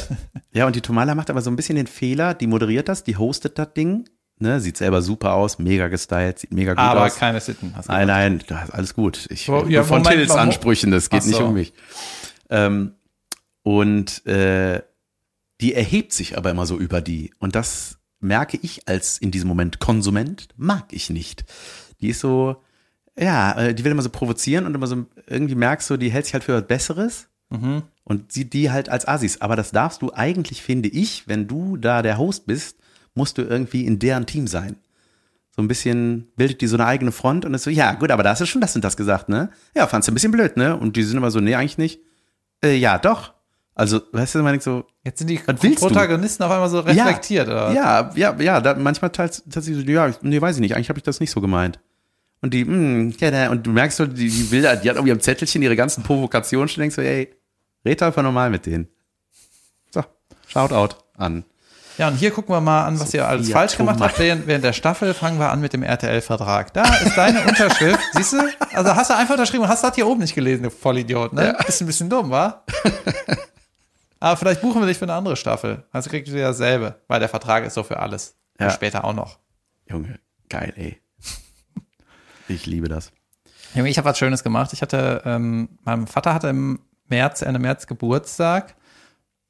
[SPEAKER 2] ja, und die Tomala macht aber so ein bisschen den Fehler, die moderiert das, die hostet das Ding, ne, sieht selber super aus, mega gestylt, sieht mega gut
[SPEAKER 1] Aber
[SPEAKER 2] aus.
[SPEAKER 1] keine Sitten. hast du
[SPEAKER 2] Nein, nein, das ist alles gut. Ich
[SPEAKER 1] Wo-
[SPEAKER 2] nur
[SPEAKER 1] ja,
[SPEAKER 2] von
[SPEAKER 1] Moment,
[SPEAKER 2] Tills
[SPEAKER 1] warum-
[SPEAKER 2] Ansprüchen, das geht
[SPEAKER 1] Ach
[SPEAKER 2] nicht
[SPEAKER 1] so.
[SPEAKER 2] um mich. Ähm, und äh, die erhebt sich aber immer so über die. Und das merke ich als in diesem Moment Konsument, mag ich nicht. Die ist so, ja, äh, die will immer so provozieren und immer so, irgendwie merkst du, die hält sich halt für was Besseres
[SPEAKER 1] Mhm.
[SPEAKER 2] und sieht die halt als Assis. Aber das darfst du eigentlich, finde ich, wenn du da der Host bist, musst du irgendwie in deren Team sein. So ein bisschen bildet die so eine eigene Front und ist so, ja, gut, aber da hast du schon das und das gesagt, ne? Ja, fandst du ein bisschen blöd, ne? Und die sind immer so, nee, eigentlich nicht. Äh, ja, doch. Also, weißt du, meine ich so,
[SPEAKER 1] Jetzt sind die
[SPEAKER 2] willst du?
[SPEAKER 1] Protagonisten auf einmal so reflektiert. oder?
[SPEAKER 2] ja, ja, ja, da, manchmal teils- tatsächlich so, ja, ich- nee, weiß ich nicht, eigentlich habe ich das nicht so gemeint. Und die, mh, ja, da, und du merkst so, die, die Bilder, die hat irgendwie am Zettelchen ihre ganzen Provokationen schon, denkst so, ey, red einfach normal mit denen. So, Shoutout an.
[SPEAKER 1] Ja, und hier gucken wir mal an, was ihr alles
[SPEAKER 2] Sophia
[SPEAKER 1] falsch gemacht
[SPEAKER 2] Thomas.
[SPEAKER 1] habt. Während während der Staffel fangen wir an mit dem RTL-Vertrag. Da ist deine Unterschrift. Siehst du? Also hast du einfach unterschrieben und hast das hier oben nicht gelesen, du Vollidiot, ne? Ist ein bisschen dumm, wa? Aber vielleicht buchen wir dich für eine andere Staffel. Also kriegst du ja dasselbe, weil der Vertrag ist so für alles.
[SPEAKER 2] Ja.
[SPEAKER 1] Später auch noch.
[SPEAKER 2] Junge, geil, ey. Ich liebe das.
[SPEAKER 1] Junge, ich habe was Schönes gemacht. Ich hatte, ähm, mein Vater hatte im März, Ende März Geburtstag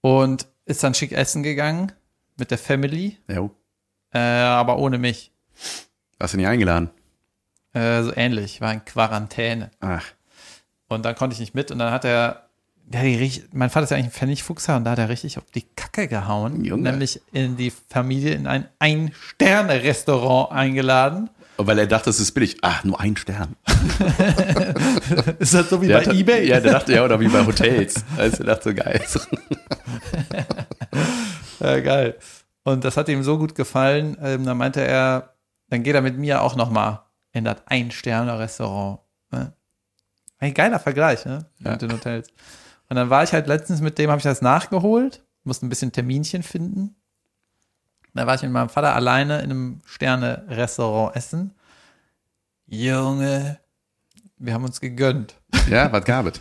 [SPEAKER 1] und ist dann schick essen gegangen mit der Family,
[SPEAKER 2] Jo.
[SPEAKER 1] äh, aber ohne mich.
[SPEAKER 2] Hast du nicht eingeladen?
[SPEAKER 1] Äh, so ähnlich, war in Quarantäne.
[SPEAKER 2] Ach,
[SPEAKER 1] Und dann konnte ich nicht mit und dann hat er, der hat die richtig, mein Vater ist ja eigentlich ein Pfennigfuchser und da hat er richtig auf die Kacke gehauen.
[SPEAKER 2] Junge.
[SPEAKER 1] Nämlich in die Familie in ein Ein-Sterne-Restaurant eingeladen.
[SPEAKER 2] weil er dachte, es ist billig. Ach, nur ein Stern.
[SPEAKER 1] Ist das so wie
[SPEAKER 2] Der
[SPEAKER 1] bei
[SPEAKER 2] hat-
[SPEAKER 1] Ebay?
[SPEAKER 2] Ja, der dachte, ja, oder wie bei Hotels. Weißt du, dachte so geil.
[SPEAKER 1] Ja, Äh, geil. Und das hat ihm so gut gefallen, ähm, dann meinte er, dann geht er mit mir auch nochmal in das Ein-Sterne-Restaurant. Ne? Ein geiler Vergleich, ne? Mit den Hotels. Und dann war ich halt letztens mit dem, habe ich das nachgeholt, musste ein bisschen Terminchen finden. Da war ich mit meinem Vater alleine in einem Sterne-Restaurant essen. Junge, wir haben uns gegönnt.
[SPEAKER 2] Ja, was gab es?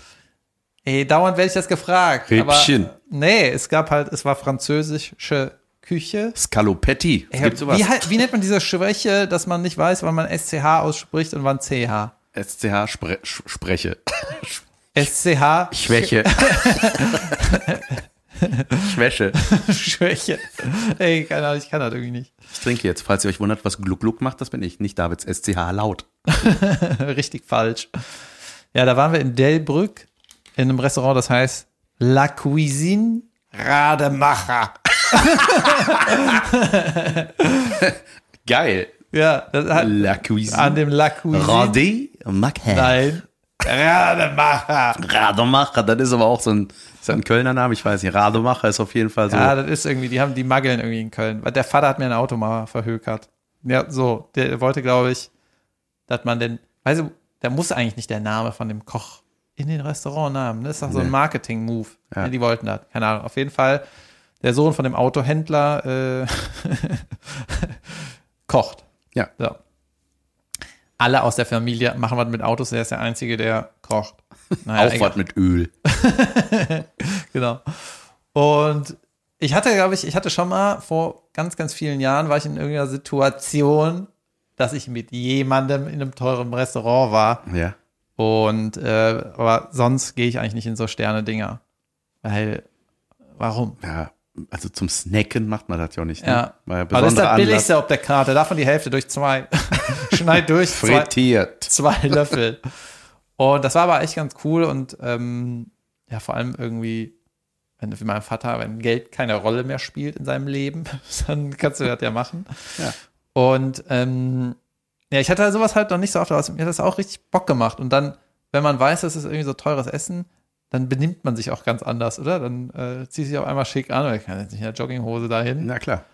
[SPEAKER 1] Ey, dauernd werde ich das gefragt.
[SPEAKER 2] Rippchen.
[SPEAKER 1] Aber, nee, es gab halt, es war französische Küche.
[SPEAKER 2] Scalopetti. Es gibt sowas.
[SPEAKER 1] Wie, halt- wie nennt man diese Schwäche, dass man nicht weiß, wann man SCH ausspricht und wann CH?
[SPEAKER 2] SCH spre sch- spreche.
[SPEAKER 1] SCH
[SPEAKER 2] Schwäche. Schwäche.
[SPEAKER 1] Schwäche. Ey, keine Ahnung, ich kann das irgendwie nicht.
[SPEAKER 2] Ich trinke jetzt. Falls ihr euch wundert, was Gluck Gluck macht, das bin ich. Nicht Davids SCH laut.
[SPEAKER 1] Richtig falsch. Ja, da waren wir in Delbrück in einem Restaurant, das heißt La Cuisine Rademacher.
[SPEAKER 2] Geil.
[SPEAKER 1] Ja, das hat
[SPEAKER 2] La
[SPEAKER 1] an
[SPEAKER 2] Cuisine.
[SPEAKER 1] dem La Cuisine.
[SPEAKER 2] Radé Macher.
[SPEAKER 1] Nein. Rademacher.
[SPEAKER 2] Rademacher, das ist aber auch so ein, ist das ein Kölner Name, ich weiß nicht. Rademacher ist auf jeden Fall so.
[SPEAKER 1] Ja, das ist irgendwie, die haben die Mageln irgendwie in Köln. Weil Der Vater hat mir ein Auto mal verhökert. Ja, so. Der wollte, glaube ich, dass man den, weißt du, da muss eigentlich nicht der Name von dem Koch in den Restaurantnamen. ne? Das ist doch so ein
[SPEAKER 2] Nee.
[SPEAKER 1] Marketing-Move.
[SPEAKER 2] Ja.
[SPEAKER 1] Ja. Die wollten das. Keine Ahnung. Auf jeden Fall, der Sohn von dem Autohändler äh, kocht.
[SPEAKER 2] Ja.
[SPEAKER 1] So. Alle aus der Familie machen was mit Autos. Er ist der Einzige, der kocht. Naja,
[SPEAKER 2] auch was mit Öl.
[SPEAKER 1] genau. Und ich hatte, glaube ich, ich hatte schon mal vor ganz, ganz vielen Jahren, war ich in irgendeiner Situation, dass ich mit jemandem in einem teuren Restaurant war.
[SPEAKER 2] Ja.
[SPEAKER 1] Und äh, aber sonst gehe ich eigentlich nicht in so Sterne-Dinger. Weil, warum?
[SPEAKER 2] ja. Also zum Snacken macht man das ja auch nicht. Ne?
[SPEAKER 1] Ja.
[SPEAKER 2] Weil
[SPEAKER 1] Aber das ist das
[SPEAKER 2] besonderer Anlass
[SPEAKER 1] Billigste auf der Karte. Davon die Hälfte durch zwei. Schneid durch. zwei,
[SPEAKER 2] frittiert.
[SPEAKER 1] zwei Löffel. Und das war aber echt ganz cool und ähm, ja, vor allem irgendwie, wenn wie mein Vater, wenn Geld keine Rolle mehr spielt in seinem Leben, dann kannst du das ja machen.
[SPEAKER 2] Ja.
[SPEAKER 1] Und ähm, ja, ich hatte sowas halt noch nicht so oft, aber mir hat das auch richtig Bock gemacht. Und dann, wenn man weiß, das ist irgendwie so teures Essen, dann benimmt man sich auch ganz anders, oder? Dann äh, zieht sich auf einmal schick an, weil ich kann jetzt nicht in der Jogginghose dahin.
[SPEAKER 2] Na klar.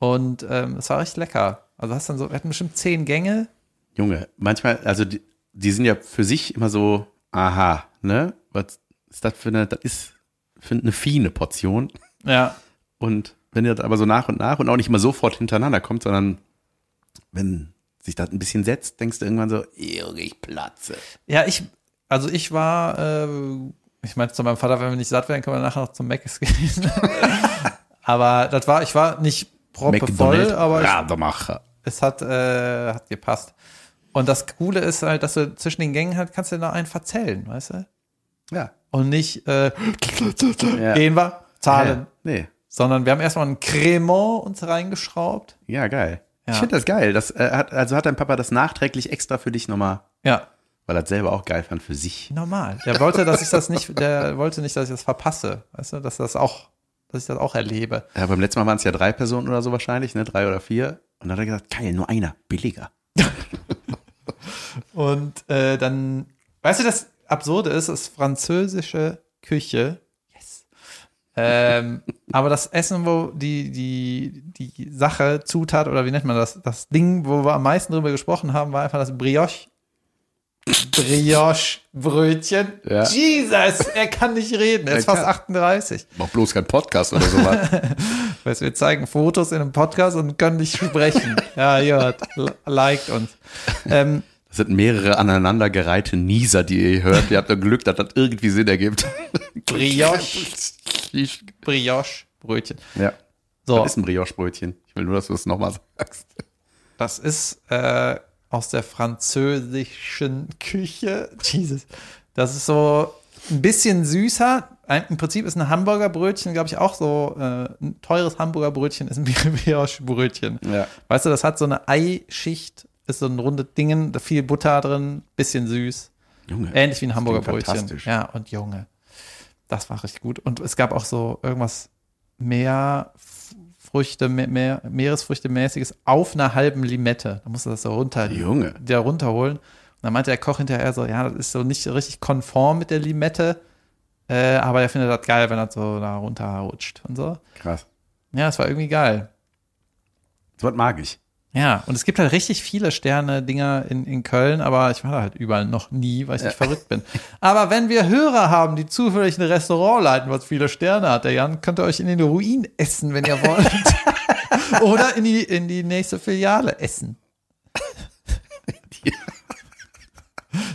[SPEAKER 1] Und ähm, es war richtig lecker. Also hast dann so, wir hatten bestimmt zehn Gänge.
[SPEAKER 2] Junge, manchmal, also die, die sind ja für sich immer so, aha, ne? Was ist das für eine, das ist für eine fine Portion.
[SPEAKER 1] Ja,
[SPEAKER 2] Und wenn ihr das aber so nach und nach und auch nicht immer sofort hintereinander kommt, sondern wenn sich das ein bisschen setzt, denkst du irgendwann so, Junge, ich platze.
[SPEAKER 1] Ja, ich, also ich war, äh, ich meinte zu meinem Vater, wenn wir nicht satt werden, können wir nachher noch zum Mc's gehen. aber das war, ich war nicht proppevoll, aber ich,
[SPEAKER 2] Rademacher.
[SPEAKER 1] es hat, äh, hat gepasst. Und das Coole ist halt, dass du zwischen den Gängen halt kannst du dir noch einen verzellen, weißt du?
[SPEAKER 2] Ja.
[SPEAKER 1] Und nicht äh,
[SPEAKER 2] ja.
[SPEAKER 1] gehen wir, zahlen.
[SPEAKER 2] ja. Nee.
[SPEAKER 1] Sondern wir haben erstmal einen Cremant uns reingeschraubt.
[SPEAKER 2] Ja, geil.
[SPEAKER 1] Ja.
[SPEAKER 2] Ich finde das geil. Das, äh, hat, also hat dein Papa das nachträglich extra für dich nochmal,
[SPEAKER 1] Ja,
[SPEAKER 2] weil er selber auch geil fand für sich.
[SPEAKER 1] normal. Der wollte, dass ich das nicht, der wollte nicht, dass ich das verpasse, weißt du, dass das auch, dass ich das auch erlebe.
[SPEAKER 2] Ja, beim letzten Mal waren es ja drei Personen oder so wahrscheinlich, ne? Drei oder vier. Und dann hat er gesagt, geil, nur einer, billiger.
[SPEAKER 1] Und äh, dann, weißt du, das Absurde ist, ist französische Küche. Yes. Ähm, aber das Essen, wo die, die, die Sache, Zutat oder wie nennt man das, das Ding, wo wir am meisten drüber gesprochen haben, war einfach das Brioche. Brioche-Brötchen.
[SPEAKER 2] Ja.
[SPEAKER 1] Jesus, er kann nicht reden. Er ist
[SPEAKER 2] Er
[SPEAKER 1] fast 38.
[SPEAKER 2] Mach bloß kein Podcast oder sowas.
[SPEAKER 1] Weißt, du, wir zeigen Fotos in einem Podcast und können nicht sprechen. ja, ja, liked uns. Ähm,
[SPEAKER 2] Das sind mehrere aneinandergereihte Nieser, die ihr hört. Ihr habt nur Glück, dass das irgendwie Sinn ergibt.
[SPEAKER 1] Brioche. Brioche-Brötchen.
[SPEAKER 2] Ja.
[SPEAKER 1] So,
[SPEAKER 2] Das ist ein Brioche-Brötchen. Ich will nur, dass du das nochmal sagst.
[SPEAKER 1] das ist äh, aus der französischen Küche. Jesus. Das ist so ein bisschen süßer. Ein, Im Prinzip ist ein Hamburgerbrötchen, glaube ich, auch so. Äh, ein teures Hamburgerbrötchen ist ein Brioche-Brötchen.
[SPEAKER 2] Ja.
[SPEAKER 1] Weißt du, das hat so eine Eischicht, ist so ein rundes Dingen, da viel Butter drin, bisschen süß.
[SPEAKER 2] Junge.
[SPEAKER 1] Ähnlich wie ein Hamburger
[SPEAKER 2] klingt
[SPEAKER 1] Brötchen.
[SPEAKER 2] fantastisch.
[SPEAKER 1] Ja, und Junge. Das war richtig gut. Und es gab auch so irgendwas Meerfrüchte, Me- Meer, Meeresfrüchte-mäßiges auf einer halben Limette. Da musst du das so runter,
[SPEAKER 2] Junge.
[SPEAKER 1] der runterholen. Und dann meinte der Koch hinterher so, ja, das ist so nicht richtig konform mit der Limette. Äh, aber er findet das geil, wenn das so da runterrutscht und so.
[SPEAKER 2] Krass.
[SPEAKER 1] Ja, das war irgendwie geil.
[SPEAKER 2] Sowas mag ich.
[SPEAKER 1] Ja, und es gibt halt richtig viele Sterne-Dinger in, in Köln, aber ich war da halt überall noch nie, weil ich nicht verrückt bin. Aber wenn wir Hörer haben, die zufällig ein Restaurant leiten, was viele Sterne hat, der Jan, könnt ihr euch in den Ruin essen, wenn ihr wollt. Oder in die, in die nächste Filiale essen.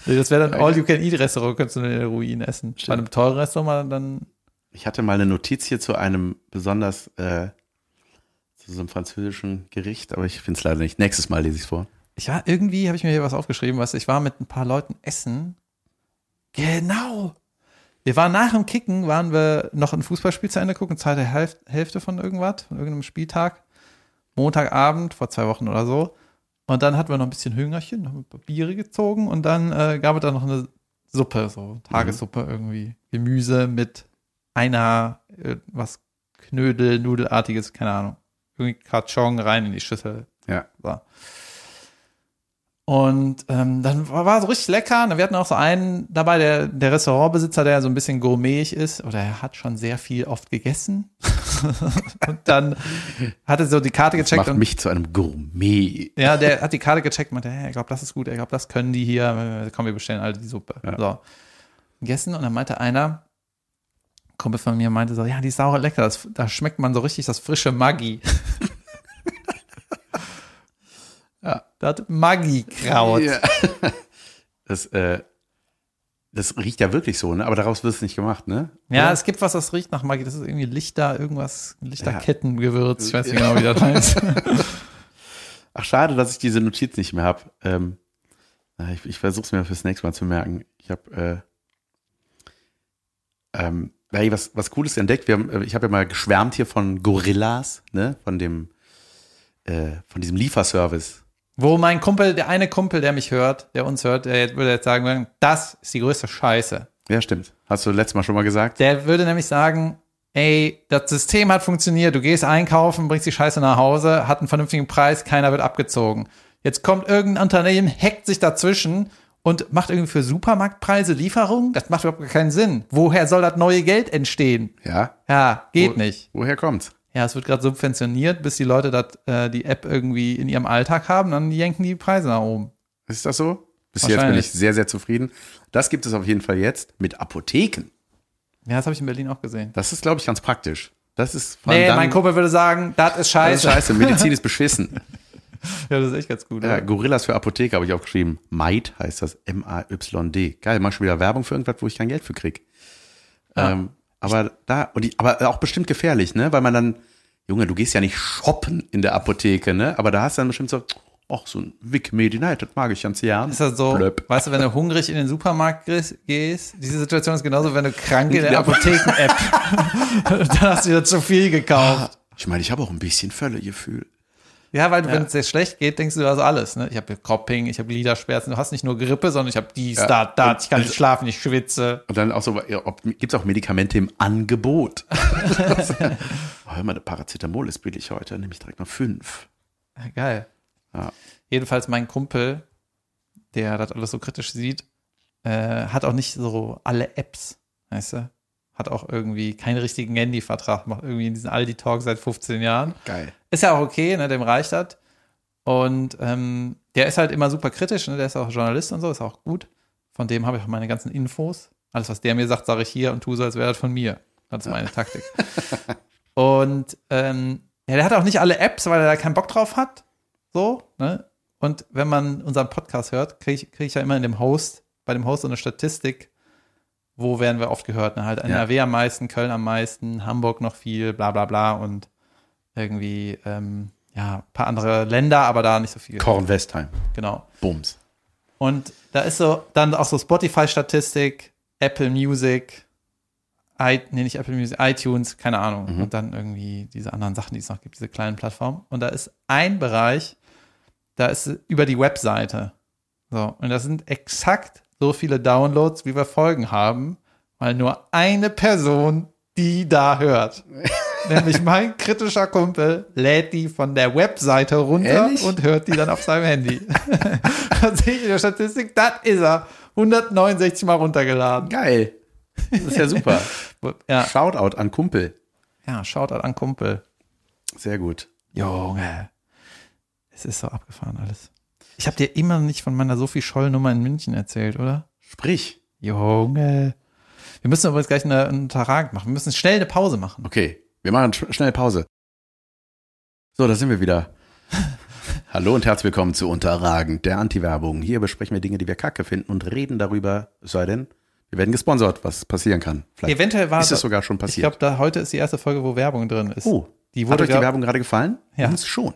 [SPEAKER 1] Nee, Das wäre dann All-You-Can-Eat-Restaurant, könntest du nur in der Ruin essen. Bei einem teuren Restaurant, dann
[SPEAKER 2] Ich hatte mal eine Notiz hier zu einem besonders äh, zu so einem französischen Gericht, aber ich finde es leider nicht. Nächstes Mal lese ich es vor.
[SPEAKER 1] Ich war irgendwie, habe ich mir hier was aufgeschrieben, was ich war mit ein paar Leuten essen. Genau. Wir waren nach dem Kicken, waren wir noch ein Fußballspiel zu Ende gucken, zweite Hälf- Hälfte von irgendwas, von irgendeinem Spieltag. Montagabend, vor zwei Wochen oder so. Und dann hatten wir noch ein bisschen Hüngerchen, haben ein paar Biere gezogen und dann äh, gab es da noch eine Suppe, so Tagessuppe irgendwie. Gemüse mit einer, äh, was Knödel, Nudelartiges, keine Ahnung. Irgendwie Karton rein in die Schüssel.
[SPEAKER 2] Ja.
[SPEAKER 1] So. Und ähm, dann war, war so richtig lecker. Und wir hatten auch so einen dabei, der, der Restaurantbesitzer, der so ein bisschen gourmetig ist, oder er hat schon sehr viel oft gegessen. und dann hatte so die Karte gecheckt
[SPEAKER 2] Macht
[SPEAKER 1] und
[SPEAKER 2] mich zu einem Gourmet.
[SPEAKER 1] ja, der hat die Karte gecheckt und meinte, hey, ich glaube, das ist gut, ich glaube, das können die hier. äh, Komm, wir bestellen alle die Suppe.
[SPEAKER 2] Ja.
[SPEAKER 1] So. Gegessen und dann meinte einer, Kumpel von mir meinte so, ja, die ist sauer lecker, das, da schmeckt man so richtig das frische Maggi. ja, da hat Maggi-Kraut.
[SPEAKER 2] Ja. Das, äh, das riecht ja wirklich so, ne? Aber daraus wird es nicht gemacht, ne?
[SPEAKER 1] Ja,
[SPEAKER 2] Oder?
[SPEAKER 1] es gibt was, das riecht nach Maggi. Das ist irgendwie Lichter, irgendwas, Lichterkettengewürz. Ich weiß nicht
[SPEAKER 2] Ja.
[SPEAKER 1] genau, wie das heißt.
[SPEAKER 2] Ach, schade, dass ich diese Notiz nicht mehr habe. Ähm, na, ich ich versuche es mir fürs nächste Mal zu merken. Ich habe äh, ähm, hey, was, was Cooles entdeckt. Wir haben, äh, ich habe ja mal geschwärmt hier von Gorillas, ne? von, dem, äh, von diesem Lieferservice.
[SPEAKER 1] Wo mein Kumpel, der eine Kumpel, der mich hört, der uns hört, der jetzt- würde jetzt sagen, das ist die größte Scheiße.
[SPEAKER 2] Ja, stimmt. Hast du letztes Mal schon mal gesagt?
[SPEAKER 1] Der würde nämlich sagen, ey, das System hat funktioniert, du gehst einkaufen, bringst die Scheiße nach Hause, hat einen vernünftigen Preis, keiner wird abgezogen. Jetzt kommt irgendein Unternehmen, hackt sich dazwischen und macht irgendwie für Supermarktpreise Lieferungen? Das macht überhaupt gar keinen Sinn. Woher soll das neue Geld entstehen?
[SPEAKER 2] Ja.
[SPEAKER 1] Ja, geht
[SPEAKER 2] Wo-
[SPEAKER 1] nicht.
[SPEAKER 2] Woher kommt's?
[SPEAKER 1] Ja, es wird gerade subventioniert, bis die Leute dat, äh, die App irgendwie in ihrem Alltag haben, dann jenken die Preise nach oben.
[SPEAKER 2] Ist das so? Bis jetzt bin
[SPEAKER 1] Wahrscheinlich.
[SPEAKER 2] ich sehr, sehr zufrieden. Das gibt es auf jeden Fall jetzt mit Apotheken.
[SPEAKER 1] Ja, das habe ich in Berlin auch gesehen.
[SPEAKER 2] Das ist, glaube ich, ganz praktisch. Das ist vor allem
[SPEAKER 1] Nee,
[SPEAKER 2] dann-
[SPEAKER 1] mein Kumpel würde sagen, das ist
[SPEAKER 2] Das ist
[SPEAKER 1] scheiße.
[SPEAKER 2] Scheiße, Medizin ist beschissen.
[SPEAKER 1] Ja, das ist echt ganz gut.
[SPEAKER 2] Ja,
[SPEAKER 1] oder?
[SPEAKER 2] Äh, Gorillas für Apotheke habe ich aufgeschrieben. Maid heißt das. M-A-Y-D. Geil, mach schon wieder Werbung für irgendwas, wo ich kein Geld für krieg.
[SPEAKER 1] Ah.
[SPEAKER 2] Ähm, aber da, und die, aber auch bestimmt gefährlich, ne? Weil man dann, Junge, du gehst ja nicht shoppen in der Apotheke, ne? Aber da hast du dann bestimmt so, ach, so ein Vic Medi Night, das mag ich ganz gern.
[SPEAKER 1] Ist das so,
[SPEAKER 2] Blöp.
[SPEAKER 1] weißt du, wenn du hungrig in den Supermarkt gris- gehst, diese Situation ist genauso, wenn du krank in der
[SPEAKER 2] Ja.
[SPEAKER 1] Apotheken-App, dann hast du wieder zu viel gekauft.
[SPEAKER 2] Ich meine, ich habe auch ein bisschen Völlegefühl.
[SPEAKER 1] Ja, weil wenn es dir schlecht geht, denkst du, du hast alles. Ne? Ich habe Kopping, ich habe Gliederschmerzen, du hast nicht nur Grippe, sondern ich habe dies,
[SPEAKER 2] Ja.
[SPEAKER 1] da, das, ich kann nicht schlafen, ich schwitze.
[SPEAKER 2] Und dann auch so, ja, ob- gibt's auch Medikamente im Angebot? das, oh, hör mal, der Paracetamol ist billig heute, nehme ich direkt noch fünf.
[SPEAKER 1] Ja, Geil.
[SPEAKER 2] Ja.
[SPEAKER 1] Jedenfalls mein Kumpel, der das alles so kritisch sieht, äh, hat auch nicht so alle Apps, weißt du? Hat auch irgendwie keinen richtigen Handyvertrag, macht irgendwie diesen Aldi-Talk seit 15 Jahren.
[SPEAKER 2] Geil.
[SPEAKER 1] Ist ja auch okay, ne, dem reicht das. Und ähm, der ist halt immer super kritisch, ne, der ist auch Journalist und so, ist auch gut. Von dem habe ich auch meine ganzen Infos. Alles, was der mir sagt, sage ich hier und tu so, als wäre das von mir. Das ist meine Taktik. und ähm, ja, der hat auch nicht alle Apps, weil er da keinen Bock drauf hat. So, ne? Und wenn man unseren Podcast hört, kriege ich, krieg ich ja immer in dem Host, bei dem Host so eine Statistik, wo werden wir oft gehört, ne? Halt NRW am meisten, Köln am meisten, Hamburg noch viel, bla bla bla und irgendwie, ähm, ja, ein paar andere Länder, aber da nicht so viel.
[SPEAKER 2] Korn Westheim.
[SPEAKER 1] Genau.
[SPEAKER 2] Bums.
[SPEAKER 1] Und da ist so dann auch so Spotify-Statistik, Apple Music, I, nee, nicht Apple Music, iTunes, keine Ahnung.
[SPEAKER 2] Mhm.
[SPEAKER 1] Und dann irgendwie diese anderen Sachen, die es noch gibt, diese kleinen Plattformen. Und da ist ein Bereich, da ist über die Webseite. So, und das sind exakt so viele Downloads, wie wir Folgen haben, weil nur eine Person die da hört. Nämlich mein kritischer Kumpel lädt die von der Webseite runter
[SPEAKER 2] Ehrlich?
[SPEAKER 1] und hört die dann auf seinem Handy. da sehe ich in der Statistik, das ist er. 169 Mal runtergeladen.
[SPEAKER 2] Geil. Das ist ja super.
[SPEAKER 1] Ja,
[SPEAKER 2] Shoutout an Kumpel.
[SPEAKER 1] ja Shoutout an Kumpel.
[SPEAKER 2] Sehr gut.
[SPEAKER 1] Junge. Es ist so abgefahren alles. Ich habe dir immer noch nicht von meiner Sophie Scholl-Nummer in München erzählt, oder?
[SPEAKER 2] Sprich.
[SPEAKER 1] Junge. Wir müssen übrigens gleich eine, einen Tarag machen. Wir müssen schnell eine Pause machen.
[SPEAKER 2] Okay, wir machen sch schnell Pause. So, da sind wir wieder. Hallo und herzlich willkommen zu Unterragend, der Anti-Werbung. Hier besprechen wir Dinge, die wir kacke finden und reden darüber, es sei denn, wir werden gesponsert, was passieren kann. Vielleicht
[SPEAKER 1] Eventuell war
[SPEAKER 2] ist es sogar schon
[SPEAKER 1] Ich
[SPEAKER 2] passiert.
[SPEAKER 1] glaube, heute ist die erste Folge, wo Werbung drin ist.
[SPEAKER 2] oh,
[SPEAKER 1] Die
[SPEAKER 2] Hat
[SPEAKER 1] wurde
[SPEAKER 2] euch die
[SPEAKER 1] glaub-
[SPEAKER 2] Werbung gerade gefallen?
[SPEAKER 1] Ja.
[SPEAKER 2] Uns schon.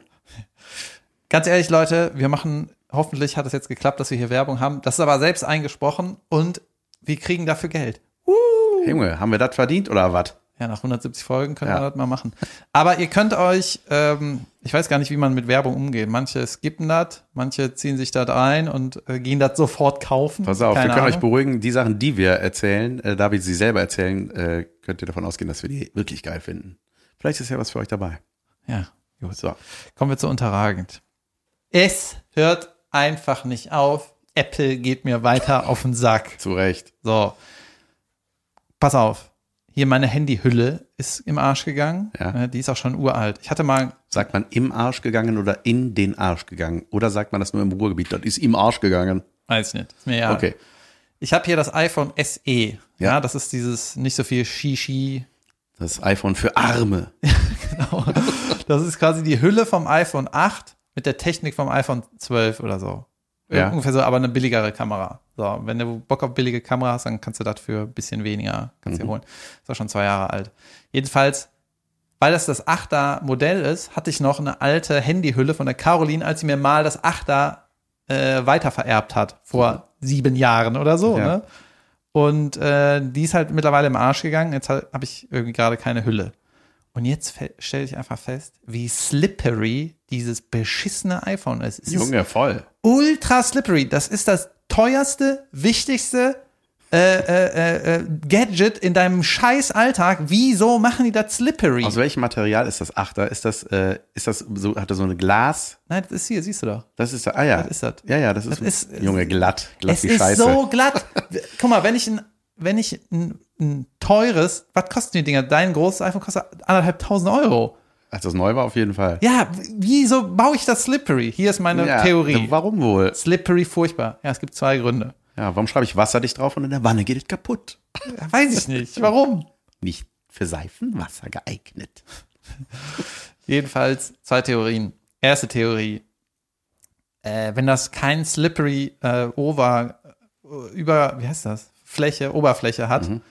[SPEAKER 1] Ganz ehrlich, Leute, wir machen, hoffentlich hat es jetzt geklappt, dass wir hier Werbung haben. Das ist aber selbst eingesprochen und wir kriegen dafür Geld.
[SPEAKER 2] Junge, haben wir das verdient oder was?
[SPEAKER 1] Ja, nach 170 Folgen können
[SPEAKER 2] Ja.
[SPEAKER 1] wir das mal machen. Aber ihr könnt euch, ähm, ich weiß gar nicht, wie man mit Werbung umgeht. Manche skippen das, manche ziehen sich das ein und äh, gehen das sofort kaufen.
[SPEAKER 2] Pass auf,
[SPEAKER 1] Keine
[SPEAKER 2] wir können euch
[SPEAKER 1] Ahnung.
[SPEAKER 2] beruhigen, die Sachen, die wir erzählen, äh, da wir sie selber erzählen, äh, könnt ihr davon ausgehen, dass wir die wirklich geil finden. Vielleicht ist ja was für euch dabei.
[SPEAKER 1] Ja, gut.
[SPEAKER 2] So.
[SPEAKER 1] Kommen wir zu Unterragend. Es hört einfach nicht auf. Apple geht mir weiter auf den Sack.
[SPEAKER 2] Zu Recht.
[SPEAKER 1] So. Pass auf. Hier meine Handyhülle ist im Arsch gegangen.
[SPEAKER 2] Ja.
[SPEAKER 1] Äh, Die ist auch schon uralt. Ich hatte mal,
[SPEAKER 2] Sagt man im Arsch gegangen oder in den Arsch gegangen? Oder sagt man das nur im Ruhrgebiet? Das ist im Arsch gegangen.
[SPEAKER 1] weiß nicht, ist mir ja.
[SPEAKER 2] Okay.
[SPEAKER 1] Ich habe hier das iPhone SE. Ja.
[SPEAKER 2] Ja.
[SPEAKER 1] das ist dieses nicht so viel Shishi.
[SPEAKER 2] Das iPhone für Arme.
[SPEAKER 1] Genau. das ist quasi die Hülle vom iPhone 8 mit der Technik vom iPhone 12 oder so.
[SPEAKER 2] Ja.
[SPEAKER 1] Ungefähr so, aber eine billigere Kamera. So, wenn du Bock auf billige Kamera hast, dann kannst du das für ein bisschen weniger
[SPEAKER 2] Mhm.
[SPEAKER 1] kannst dir holen. Ist auch schon zwei Jahre alt. Jedenfalls, weil das das 8er Modell ist, hatte ich noch eine alte Handyhülle von der Caroline, als sie mir mal das 8er äh, weitervererbt hat. Vor sieben Jahren oder so.
[SPEAKER 2] Mhm. Ja.
[SPEAKER 1] Ne? Und äh, die ist halt mittlerweile im Arsch gegangen. Jetzt habe ich irgendwie gerade keine Hülle. Und jetzt stelle ich einfach fest, wie slippery dieses beschissene iPhone ist. Es ist
[SPEAKER 2] Junge, voll.
[SPEAKER 1] ultra slippery. Das ist das teuerste, wichtigste äh, äh, äh, äh, Gadget in deinem scheiß Alltag. Wieso machen die das slippery?
[SPEAKER 2] Aus welchem Material ist das Achter? Ist das, äh, ist das so, hat er so eine Glas?
[SPEAKER 1] Nein, das ist hier, siehst du doch.
[SPEAKER 2] Das ist, da- ah ja.
[SPEAKER 1] Das ist das.
[SPEAKER 2] Ja, ja, das ist,
[SPEAKER 1] Das ist-
[SPEAKER 2] Junge, glatt. Glatt
[SPEAKER 1] es
[SPEAKER 2] wie
[SPEAKER 1] ist
[SPEAKER 2] Scheiße.
[SPEAKER 1] so glatt. Guck mal, wenn ich ein, wenn ich ein, ein teures, was kosten die Dinger? Dein großes iPhone kostet anderthalb tausend Euro.
[SPEAKER 2] Als das neu war, auf jeden Fall.
[SPEAKER 1] Ja, w- wieso baue ich das slippery? Hier ist meine
[SPEAKER 2] Ja,
[SPEAKER 1] Theorie.
[SPEAKER 2] Warum wohl?
[SPEAKER 1] Slippery furchtbar. Ja, es gibt zwei Gründe.
[SPEAKER 2] Ja, warum schreibe ich wasserdicht drauf und in der Wanne geht es kaputt?
[SPEAKER 1] Ja, Weiß ich nicht. Warum?
[SPEAKER 2] Nicht für Seifenwasser geeignet.
[SPEAKER 1] Jedenfalls zwei Theorien. Erste Theorie. Äh, wenn das kein slippery äh, over, äh, über, wie heißt das? Fläche, Oberfläche hat,
[SPEAKER 2] Mhm.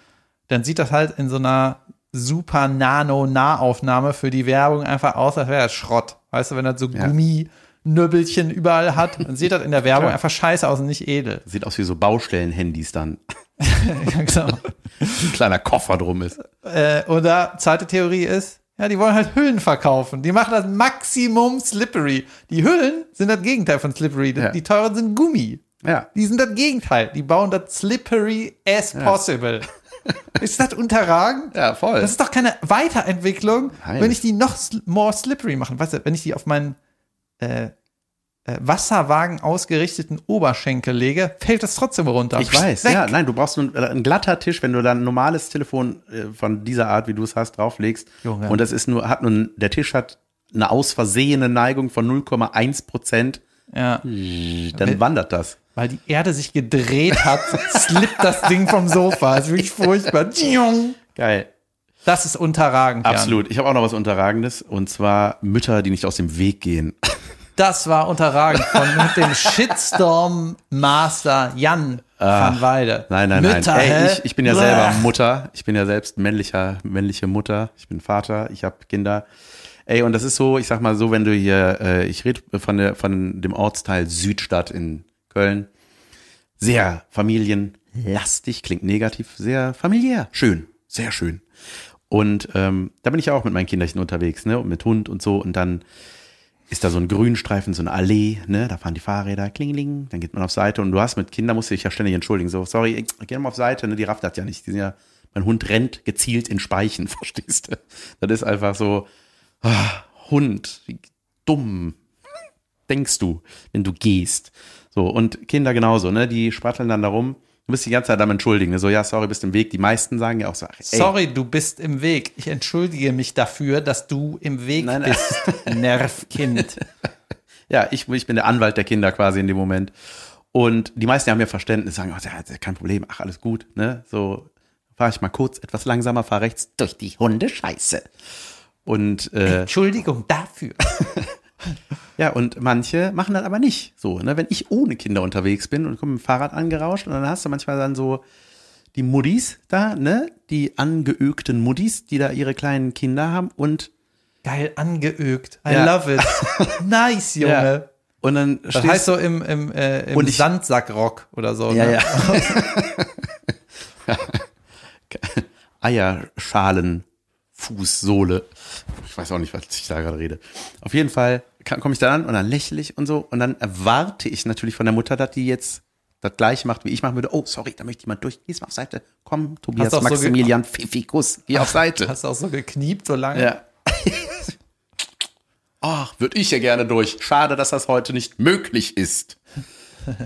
[SPEAKER 1] dann sieht das halt in so einer super Nano-Nahaufnahme für die Werbung einfach aus, als wäre das Schrott. Weißt du, wenn das so
[SPEAKER 2] Ja.
[SPEAKER 1] Gumminöbelchen überall hat, dann sieht das in der Werbung
[SPEAKER 2] Klar.
[SPEAKER 1] einfach scheiße aus und nicht edel.
[SPEAKER 2] Sieht aus wie so Baustellen-Handys dann.
[SPEAKER 1] ja, genau.
[SPEAKER 2] Ein kleiner Koffer drum ist.
[SPEAKER 1] Äh, oder zweite Theorie ist, ja, die wollen halt Hüllen verkaufen. Die machen das Maximum slippery. Die Hüllen sind das Gegenteil von slippery. Die-
[SPEAKER 2] Ja.
[SPEAKER 1] Die teuren sind Gummi.
[SPEAKER 2] Ja.
[SPEAKER 1] Die sind das Gegenteil. Die bauen das slippery as possible. ist das unterragend?
[SPEAKER 2] Ja, voll.
[SPEAKER 1] Das ist doch keine Weiterentwicklung,
[SPEAKER 2] Nein.
[SPEAKER 1] wenn ich die noch sl more slippery mache. Weißt du, wenn ich die auf meinen äh, äh, Wasserwagen ausgerichteten Oberschenkel lege, fällt das trotzdem runter.
[SPEAKER 2] ich weiß,
[SPEAKER 1] Weg.
[SPEAKER 2] ja, ne? nein, du brauchst nur ein, ein glatter Tisch, wenn du dann ein normales Telefon äh, von dieser Art, wie du es hast, drauflegst.
[SPEAKER 1] Junge.
[SPEAKER 2] Und das ist nur, hat nun, der Tisch hat eine aus Versehene Neigung von 0,1 Prozent,
[SPEAKER 1] Ja.
[SPEAKER 2] dann wandert das.
[SPEAKER 1] weil die Erde sich gedreht hat, slippt das Ding vom Sofa. Das ist wirklich furchtbar. Tsching.
[SPEAKER 2] Geil.
[SPEAKER 1] Das ist unterragend. Jan.
[SPEAKER 2] Absolut. Ich habe auch noch was Unterragendes und zwar Mütter, die nicht aus dem Weg gehen.
[SPEAKER 1] Das war unterragend von mit dem Shitstorm Master Jan van Weide.
[SPEAKER 2] Ah. Nein, nein,
[SPEAKER 1] Mütter,
[SPEAKER 2] nein.
[SPEAKER 1] hä?
[SPEAKER 2] Ey, ich, ich bin ja
[SPEAKER 1] Bäh.
[SPEAKER 2] selber Mutter. Ich bin ja selbst männlicher, männliche Mutter. Ich bin Vater. Ich habe Kinder. Ey, und das ist so, ich sag mal so, wenn du hier, äh, ich rede von, der, von dem Ortsteil Südstadt in Köln. Sehr familienlastig, klingt negativ, sehr familiär. Schön, sehr schön. Und ähm, da bin ich ja auch mit meinen Kinderchen unterwegs, ne? Und mit Hund und so. Und dann ist da so ein Grünstreifen, so eine Allee, ne? Da fahren die Fahrräder, klingling, dann geht man auf Seite und du hast mit Kindern, musst du dich ja ständig entschuldigen. So, sorry, ich geh mal auf Seite, ne? Die rafft das ja nicht. Die sind ja, mein Hund rennt gezielt in Speichen, verstehst du? Das ist einfach so, ah, Hund, wie dumm denkst du, wenn du gehst. So, und Kinder genauso, ne? Die spatteln dann darum. Du bist die ganze Zeit am Entschuldigen, ne? So, ja, sorry, bist im Weg. Die meisten sagen ja auch so, ach, ey,
[SPEAKER 1] Sorry, du bist im Weg. Ich entschuldige mich dafür, dass du im Weg
[SPEAKER 2] Nein, nein.
[SPEAKER 1] bist, Nervkind.
[SPEAKER 2] Ja, ich, ich bin der Anwalt der Kinder quasi in dem Moment. Und die meisten haben ja Verständnis, sagen, oh, ja, kein Problem, ach, alles gut, ne? So fahre ich mal kurz etwas langsamer, fahre rechts durch die Hundescheiße. Und äh,
[SPEAKER 1] Entschuldigung dafür.
[SPEAKER 2] ja, und manche machen das aber nicht so. Ne? Wenn ich ohne Kinder unterwegs bin und komme mit dem Fahrrad angerauscht und dann hast du manchmal dann so die Muddies da, ne? Die angeögten Muddies, die da ihre kleinen Kinder haben und
[SPEAKER 1] geil angeögt. I
[SPEAKER 2] Ja.
[SPEAKER 1] love it. Nice, Junge.
[SPEAKER 2] Und dann
[SPEAKER 1] Das
[SPEAKER 2] stehst-
[SPEAKER 1] heißt so im, im, äh, im
[SPEAKER 2] Und ich-
[SPEAKER 1] Sandsackrock oder so.
[SPEAKER 2] Ja,
[SPEAKER 1] ne?
[SPEAKER 2] ja. Eierschalen, Fußsohle. Ich weiß auch nicht, was ich da gerade rede. Auf jeden Fall ka- komme ich da an und dann lächle ich und so. Und dann erwarte ich natürlich von der Mutter, dass die jetzt das gleiche macht, wie ich machen würde. Oh, sorry, da möchte jemand durch. Geh's mal auf Seite. Komm, Tobias,
[SPEAKER 1] Hast du auch so ge-
[SPEAKER 2] Maximilian, Fifi, Kuss. Geh auf Seite.
[SPEAKER 1] Hast du auch so gekniept so lange?
[SPEAKER 2] Ja. Ach, würde ich ja gerne durch. Schade, dass das heute nicht möglich ist.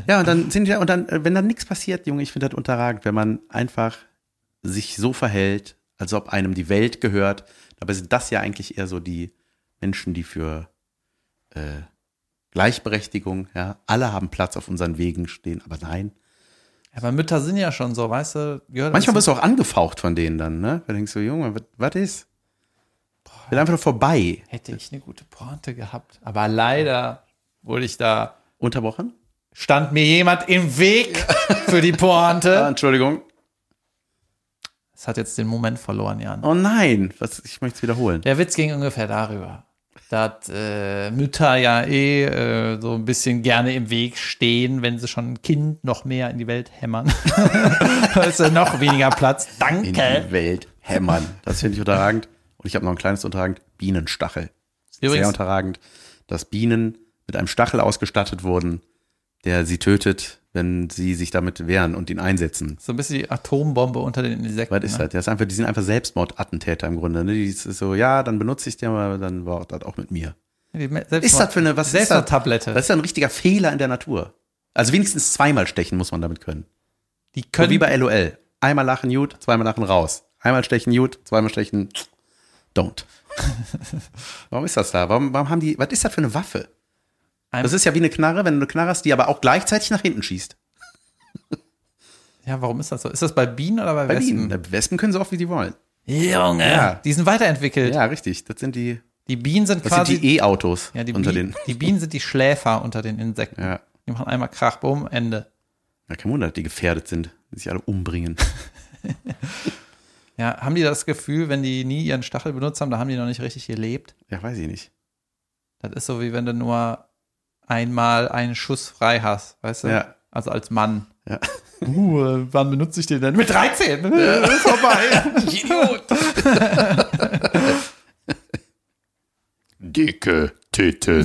[SPEAKER 2] Ja, und dann sind wir, und dann, äh, wenn dann nichts passiert, Junge, ich finde das unterragend, wenn man einfach sich so verhält, als ob einem die Welt gehört. Dabei sind das ja eigentlich eher so die Menschen, die für äh, Gleichberechtigung, ja, alle haben Platz auf unseren Wegen stehen, aber nein.
[SPEAKER 1] Aber Mütter sind ja schon so, weißt du? Gehört dazu.
[SPEAKER 2] Manchmal wirst du auch angefaucht von denen dann, ne? Da denkst du, Junge, was ist? Will einfach nur vorbei.
[SPEAKER 1] Hätte ich eine gute Pointe gehabt. Aber leider wurde ich da.
[SPEAKER 2] Unterbrochen?
[SPEAKER 1] Stand mir jemand im Weg für die
[SPEAKER 2] Ah,
[SPEAKER 1] Pointe.
[SPEAKER 2] Entschuldigung.
[SPEAKER 1] Es hat jetzt den Moment verloren, Jan.
[SPEAKER 2] Oh nein, was, ich möchte es wiederholen.
[SPEAKER 1] Der Witz ging ungefähr darüber, dass äh, Mütter ja eh äh, so ein bisschen gerne im Weg stehen, wenn sie schon ein Kind noch mehr in die Welt hämmern. also noch weniger Platz.
[SPEAKER 2] In
[SPEAKER 1] Danke.
[SPEAKER 2] die Welt hämmern. Das finde ich unterragend. Und ich habe noch ein kleines unterragend. Bienenstachel. Sehr
[SPEAKER 1] Übrigens,
[SPEAKER 2] unterragend, dass Bienen mit einem Stachel ausgestattet wurden, der sie tötet, wenn sie sich damit wehren und ihn einsetzen.
[SPEAKER 1] so ein bisschen die Atombombe unter den Insekten.
[SPEAKER 2] Was ist
[SPEAKER 1] ne?
[SPEAKER 2] das? Das ist einfach, die sind einfach Selbstmordattentäter im Grunde. Ne? Die ist so, ja, dann benutze ich den, aber dann war das auch mit mir.
[SPEAKER 1] Die Me-
[SPEAKER 2] Ist
[SPEAKER 1] Selbstmord-
[SPEAKER 2] das für eine, was ist das?
[SPEAKER 1] Selbstmordtablette.
[SPEAKER 2] Das ist ja ein richtiger Fehler in der Natur. Also wenigstens zweimal stechen muss man damit können.
[SPEAKER 1] Die
[SPEAKER 2] So wie
[SPEAKER 1] können
[SPEAKER 2] bei LOL. Einmal lachen, gut, zweimal lachen, raus. Einmal stechen, gut, zweimal stechen, don't. warum ist das da? Warum, warum haben die, was ist das für eine Waffe?
[SPEAKER 1] Ein-
[SPEAKER 2] das ist ja wie eine Knarre, wenn du eine Knarre hast, die aber auch gleichzeitig nach hinten schießt.
[SPEAKER 1] Ja, warum ist das so? Ist das bei Bienen oder bei,
[SPEAKER 2] Bei
[SPEAKER 1] Wespen?
[SPEAKER 2] Bienen. Wespen können so oft, wie die wollen.
[SPEAKER 1] Junge.
[SPEAKER 2] Ja.
[SPEAKER 1] Die sind weiterentwickelt.
[SPEAKER 2] Ja, richtig. Das sind die,
[SPEAKER 1] Die Bienen sind
[SPEAKER 2] das sind
[SPEAKER 1] quasi
[SPEAKER 2] die E-Autos
[SPEAKER 1] Ja, die,
[SPEAKER 2] unter
[SPEAKER 1] Bienen,
[SPEAKER 2] den.
[SPEAKER 1] die Bienen sind die Schläfer unter den Insekten.
[SPEAKER 2] Ja.
[SPEAKER 1] Die machen einmal Krach, Bumm, Ende.
[SPEAKER 2] Na, kein Wunder, dass die gefährdet sind, die sich alle umbringen.
[SPEAKER 1] Ja, haben die das Gefühl, wenn die nie ihren Stachel benutzt haben, da haben die noch nicht richtig gelebt?
[SPEAKER 2] ja, weiß ich nicht.
[SPEAKER 1] Das ist so, wie wenn du nur einmal einen Schuss frei hast, weißt du?
[SPEAKER 2] Ja.
[SPEAKER 1] Also als Mann.
[SPEAKER 2] Ja.
[SPEAKER 1] Uh, äh, wann benutze ich den denn? Mit 13! Ist vorbei!
[SPEAKER 2] Dicke Titten.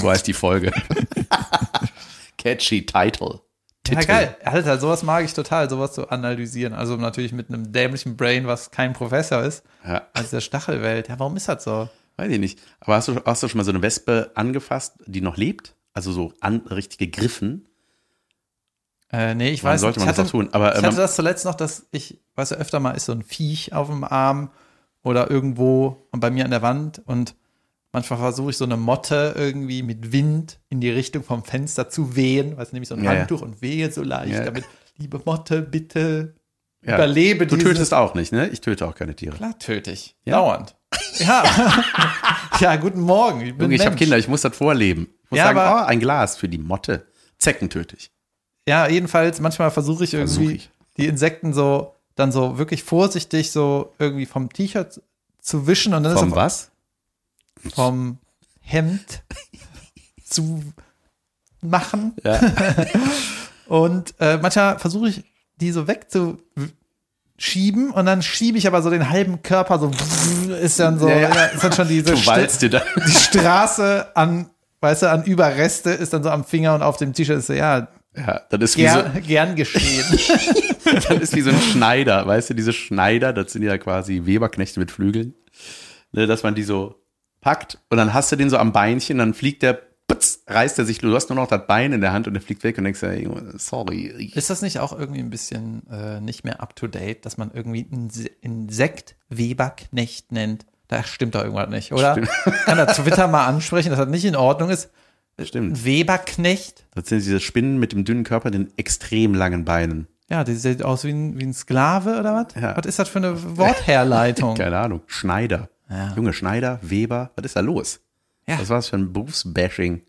[SPEAKER 2] so heißt die Folge. Catchy Title.
[SPEAKER 1] ja, geil. Alter, sowas mag ich total, sowas zu analysieren. Also natürlich mit einem dämlichen Brain, was kein Professor ist,
[SPEAKER 2] Ja.
[SPEAKER 1] als der Stachelwelt. Ja, warum ist das so?
[SPEAKER 2] Weiß ich nicht. Aber hast du, hast du schon mal so eine Wespe angefasst, die noch lebt? Also so an, richtig gegriffen?
[SPEAKER 1] Äh, nee, ich
[SPEAKER 2] Wann
[SPEAKER 1] weiß
[SPEAKER 2] sollte man
[SPEAKER 1] ich
[SPEAKER 2] das auch tun? Aber,
[SPEAKER 1] ich
[SPEAKER 2] äh,
[SPEAKER 1] hatte
[SPEAKER 2] man,
[SPEAKER 1] das zuletzt noch, dass ich, weißt du, öfter mal ist so ein Viech auf dem Arm oder irgendwo und bei mir an der Wand und manchmal versuche ich so eine Motte irgendwie mit Wind in die Richtung vom Fenster zu wehen, weißt du, nehme ich so ein
[SPEAKER 2] Ja, ja.
[SPEAKER 1] Handtuch und wehe so leicht,
[SPEAKER 2] Ja.
[SPEAKER 1] damit, liebe Motte, bitte
[SPEAKER 2] ja.
[SPEAKER 1] überlebe
[SPEAKER 2] du
[SPEAKER 1] diese-
[SPEAKER 2] tötest auch nicht, ne? Ich töte auch keine Tiere.
[SPEAKER 1] Klar töte ich,
[SPEAKER 2] Ja?
[SPEAKER 1] dauernd. Ja. ja, guten Morgen, ich bin
[SPEAKER 2] Junge, ich habe
[SPEAKER 1] Mensch.
[SPEAKER 2] Kinder, ich muss das vorleben. Ich muss
[SPEAKER 1] Ja,
[SPEAKER 2] sagen,
[SPEAKER 1] aber-
[SPEAKER 2] oh, ein Glas für die Motte. Zecken töte ich.
[SPEAKER 1] Ja, jedenfalls, manchmal versuche ich irgendwie
[SPEAKER 2] Versuch ich.
[SPEAKER 1] die Insekten so, dann so wirklich vorsichtig so irgendwie vom T-Shirt zu wischen und dann ist
[SPEAKER 2] Vom
[SPEAKER 1] auf
[SPEAKER 2] was?
[SPEAKER 1] vom Hemd zu machen.
[SPEAKER 2] Ja.
[SPEAKER 1] Und äh, manchmal versuche ich, die so wegzuschieben und dann schiebe ich aber so den halben Körper so, ist dann so,
[SPEAKER 2] Ja, ja.
[SPEAKER 1] ist dann schon diese
[SPEAKER 2] Du walzt dir da.
[SPEAKER 1] St- die Straße an, weißt du, an Überreste ist dann so am Finger und auf dem T-Shirt ist so, ja,
[SPEAKER 2] Ja, das ist, wie so,
[SPEAKER 1] gern, gern geschehen.
[SPEAKER 2] das ist wie so ein Schneider, weißt du, diese Schneider, das sind ja quasi Weberknechte mit Flügeln, ne, dass man die so packt und dann hast du den so am Beinchen, dann fliegt der, putz, reißt er sich, du hast nur noch das Bein in der Hand und der fliegt weg und denkst, dir, ey, Junge, sorry.
[SPEAKER 1] Ist das nicht auch irgendwie ein bisschen äh, nicht mehr up to date, dass man irgendwie Inse Insekt Weberknecht nennt? Da stimmt doch irgendwas nicht, oder? Kann der Twitter mal ansprechen, dass das nicht in Ordnung ist?
[SPEAKER 2] Stimmt.
[SPEAKER 1] Weberknecht?
[SPEAKER 2] Das sind diese Spinnen mit dem dünnen Körper, den extrem langen Beinen.
[SPEAKER 1] Ja, die sieht aus wie ein, wie ein Sklave oder was?
[SPEAKER 2] Ja.
[SPEAKER 1] Was ist das für eine Wortherleitung?
[SPEAKER 2] Keine Ahnung. Schneider.
[SPEAKER 1] Ja.
[SPEAKER 2] Junge, Schneider, Weber, was ist da los?
[SPEAKER 1] Ja.
[SPEAKER 2] Was war das für ein Berufsbashing?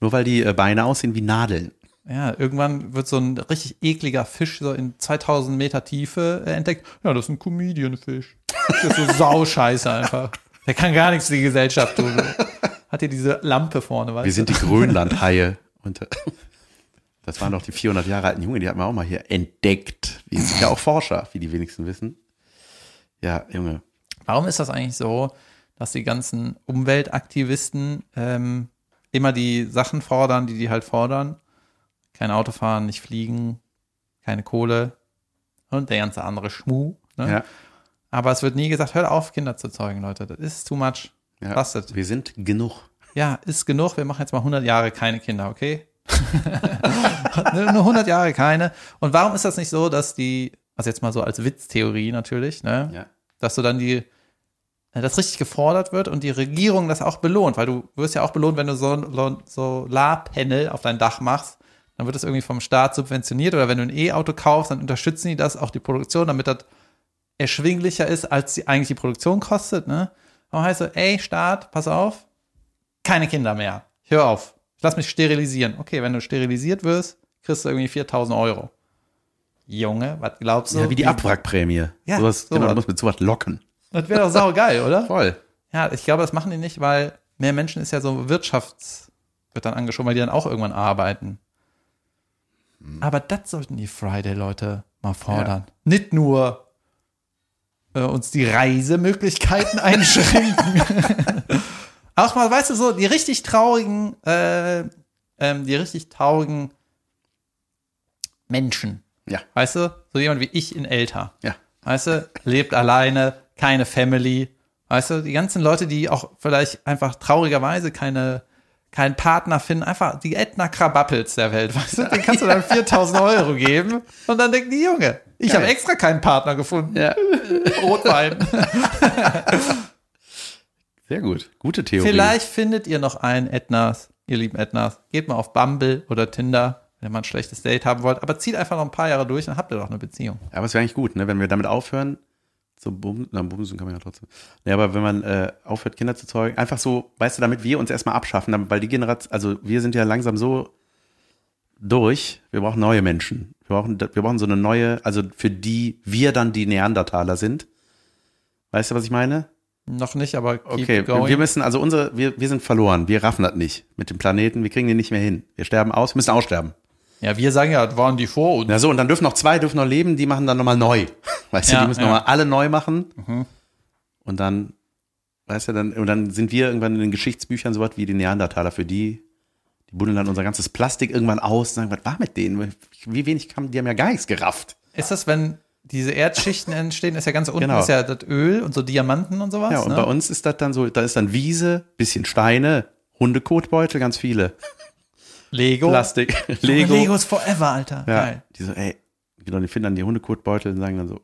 [SPEAKER 2] Nur weil die äh, Beine aussehen wie Nadeln.
[SPEAKER 1] ja, irgendwann wird so ein richtig ekliger Fisch so in 2000 Meter Tiefe äh, entdeckt. Ja, das ist ein Comedian-Fisch. Das ist so sauscheiße einfach. Der kann gar nichts für die Gesellschaft tun. Hat hier diese Lampe vorne, weißt
[SPEAKER 2] Wir sind die Grönlandhaie. Und äh, das waren doch die 400 Jahre alten Jungen, die hatten wir auch mal hier entdeckt. Wir sind ja auch Forscher, wie die wenigsten wissen. Ja, Junge.
[SPEAKER 1] du? Warum ist das eigentlich so, dass die ganzen Umweltaktivisten ähm, immer die Sachen fordern, die die halt fordern? Kein Auto fahren, nicht fliegen, keine Kohle und der ganze andere Schmuh. Ne?
[SPEAKER 2] Ja,
[SPEAKER 1] Aber es wird nie gesagt, hört auf, Kinder zu zeugen, Leute. Das ist too much.
[SPEAKER 2] ja.
[SPEAKER 1] Bastet.
[SPEAKER 2] Wir sind genug.
[SPEAKER 1] Ja, ist genug. Wir machen jetzt mal 100 Jahre keine Kinder, okay? Nur 100 Jahre keine. Und warum ist das nicht so, dass die, also jetzt mal so als Witztheorie natürlich, ne?
[SPEAKER 2] Ja.
[SPEAKER 1] dass du dann die, äh, das richtig gefordert wird und die Regierung das auch belohnt, weil du wirst ja auch belohnt, wenn du so so- Solarpanel auf dein Dach machst, dann wird das irgendwie vom Staat subventioniert oder wenn du ein E-Auto kaufst, dann unterstützen die das auch die Produktion, damit das erschwinglicher ist, als die eigentlich die Produktion kostet, ne? Aber heißt so, ey Staat, pass auf, keine Kinder mehr, ich hör auf, ich lass mich sterilisieren. Okay, wenn du sterilisiert wirst, kriegst du irgendwie 4000 Euro. Junge, was glaubst du?
[SPEAKER 2] ja, wie die Abwrackprämie.
[SPEAKER 1] Ja,
[SPEAKER 2] sowas,
[SPEAKER 1] so
[SPEAKER 2] genau, da
[SPEAKER 1] was.
[SPEAKER 2] muss man sowas locken.
[SPEAKER 1] Das wäre doch saugeil, oder?
[SPEAKER 2] Voll.
[SPEAKER 1] Ja, ich glaube, das machen die nicht, weil mehr Menschen ist ja so Wirtschafts, wird dann angeschoben, weil die dann auch irgendwann arbeiten. Aber das sollten die Friday-Leute mal fordern. Nicht nur äh, uns die Reisemöglichkeiten einschränken. auch mal, weißt du, so die richtig traurigen, äh, ähm, die richtig traurigen Menschen.
[SPEAKER 2] Ja.
[SPEAKER 1] Weißt du, so jemand wie ich in Elter.
[SPEAKER 2] Ja.
[SPEAKER 1] Weißt du, lebt alleine, keine Family. Weißt du, die ganzen Leute, die auch vielleicht einfach traurigerweise keine, keinen Partner finden, einfach die Edna Krabappels der Welt, weißt du, den kannst du dann 4000 Euro geben und dann denkt die Junge, ich
[SPEAKER 2] Geil.
[SPEAKER 1] habe extra keinen Partner gefunden.
[SPEAKER 2] Ja.
[SPEAKER 1] Rotwein.
[SPEAKER 2] Sehr gut. Gute Theorie.
[SPEAKER 1] Vielleicht findet ihr noch einen Ednas, ihr lieben Ednas. Geht mal auf Bumble oder Tinder, wenn ihr mal ein schlechtes Date haben wollt. Aber zieht einfach noch ein paar Jahre durch, dann habt ihr doch eine Beziehung.
[SPEAKER 2] Aber es wäre eigentlich gut, ne? wenn wir damit aufhören, zu bumsen, na, bumsen kann man ja trotzdem. Ne, aber wenn man äh, aufhört, Kinder zu zeugen, einfach so, weißt du, damit wir uns erstmal abschaffen, damit, weil die Generation, also wir sind ja langsam so durch, wir brauchen neue Menschen. Wir brauchen, wir brauchen so eine neue, also für die wir dann die Neandertaler sind. Weißt du, was ich meine?
[SPEAKER 1] Noch nicht, aber keep
[SPEAKER 2] Okay, wir-
[SPEAKER 1] going.
[SPEAKER 2] wir müssen, also unsere, wir, wir sind verloren, wir raffen das nicht mit dem Planeten, wir kriegen den nicht mehr hin. Wir sterben aus, wir müssen aussterben.
[SPEAKER 1] ja, wir sagen ja, das waren die vor uns.
[SPEAKER 2] Na so, und dann dürfen noch zwei, dürfen noch leben, die machen dann nochmal neu. Weißt du,
[SPEAKER 1] Ja,
[SPEAKER 2] die müssen
[SPEAKER 1] ja. Mhm.
[SPEAKER 2] nochmal alle neu machen. Und dann, weißt du, dann, und dann sind wir irgendwann in den Geschichtsbüchern sowas wie die Neandertaler. Für die, die buddeln dann unser ganzes Plastik irgendwann aus und sagen, was war mit denen? Wie wenig kamen, die haben ja gar nichts gerafft.
[SPEAKER 1] Ist das, wenn diese Erdschichten entstehen, ist ja ganz unten
[SPEAKER 2] Genau.
[SPEAKER 1] ist ja das Öl und so Diamanten und sowas.
[SPEAKER 2] Ja, und
[SPEAKER 1] ne?
[SPEAKER 2] bei uns ist das dann so, da ist dann Wiese, bisschen Steine, Hundekotbeutel, ganz viele.
[SPEAKER 1] Lego.
[SPEAKER 2] Plastik,
[SPEAKER 1] Lego.
[SPEAKER 2] Oh, Lego.
[SPEAKER 1] Lego ist forever, Alter.
[SPEAKER 2] Ja,
[SPEAKER 1] Geil.
[SPEAKER 2] die so, ey, genau, die finden dann die Hundekotbeutel und sagen dann so,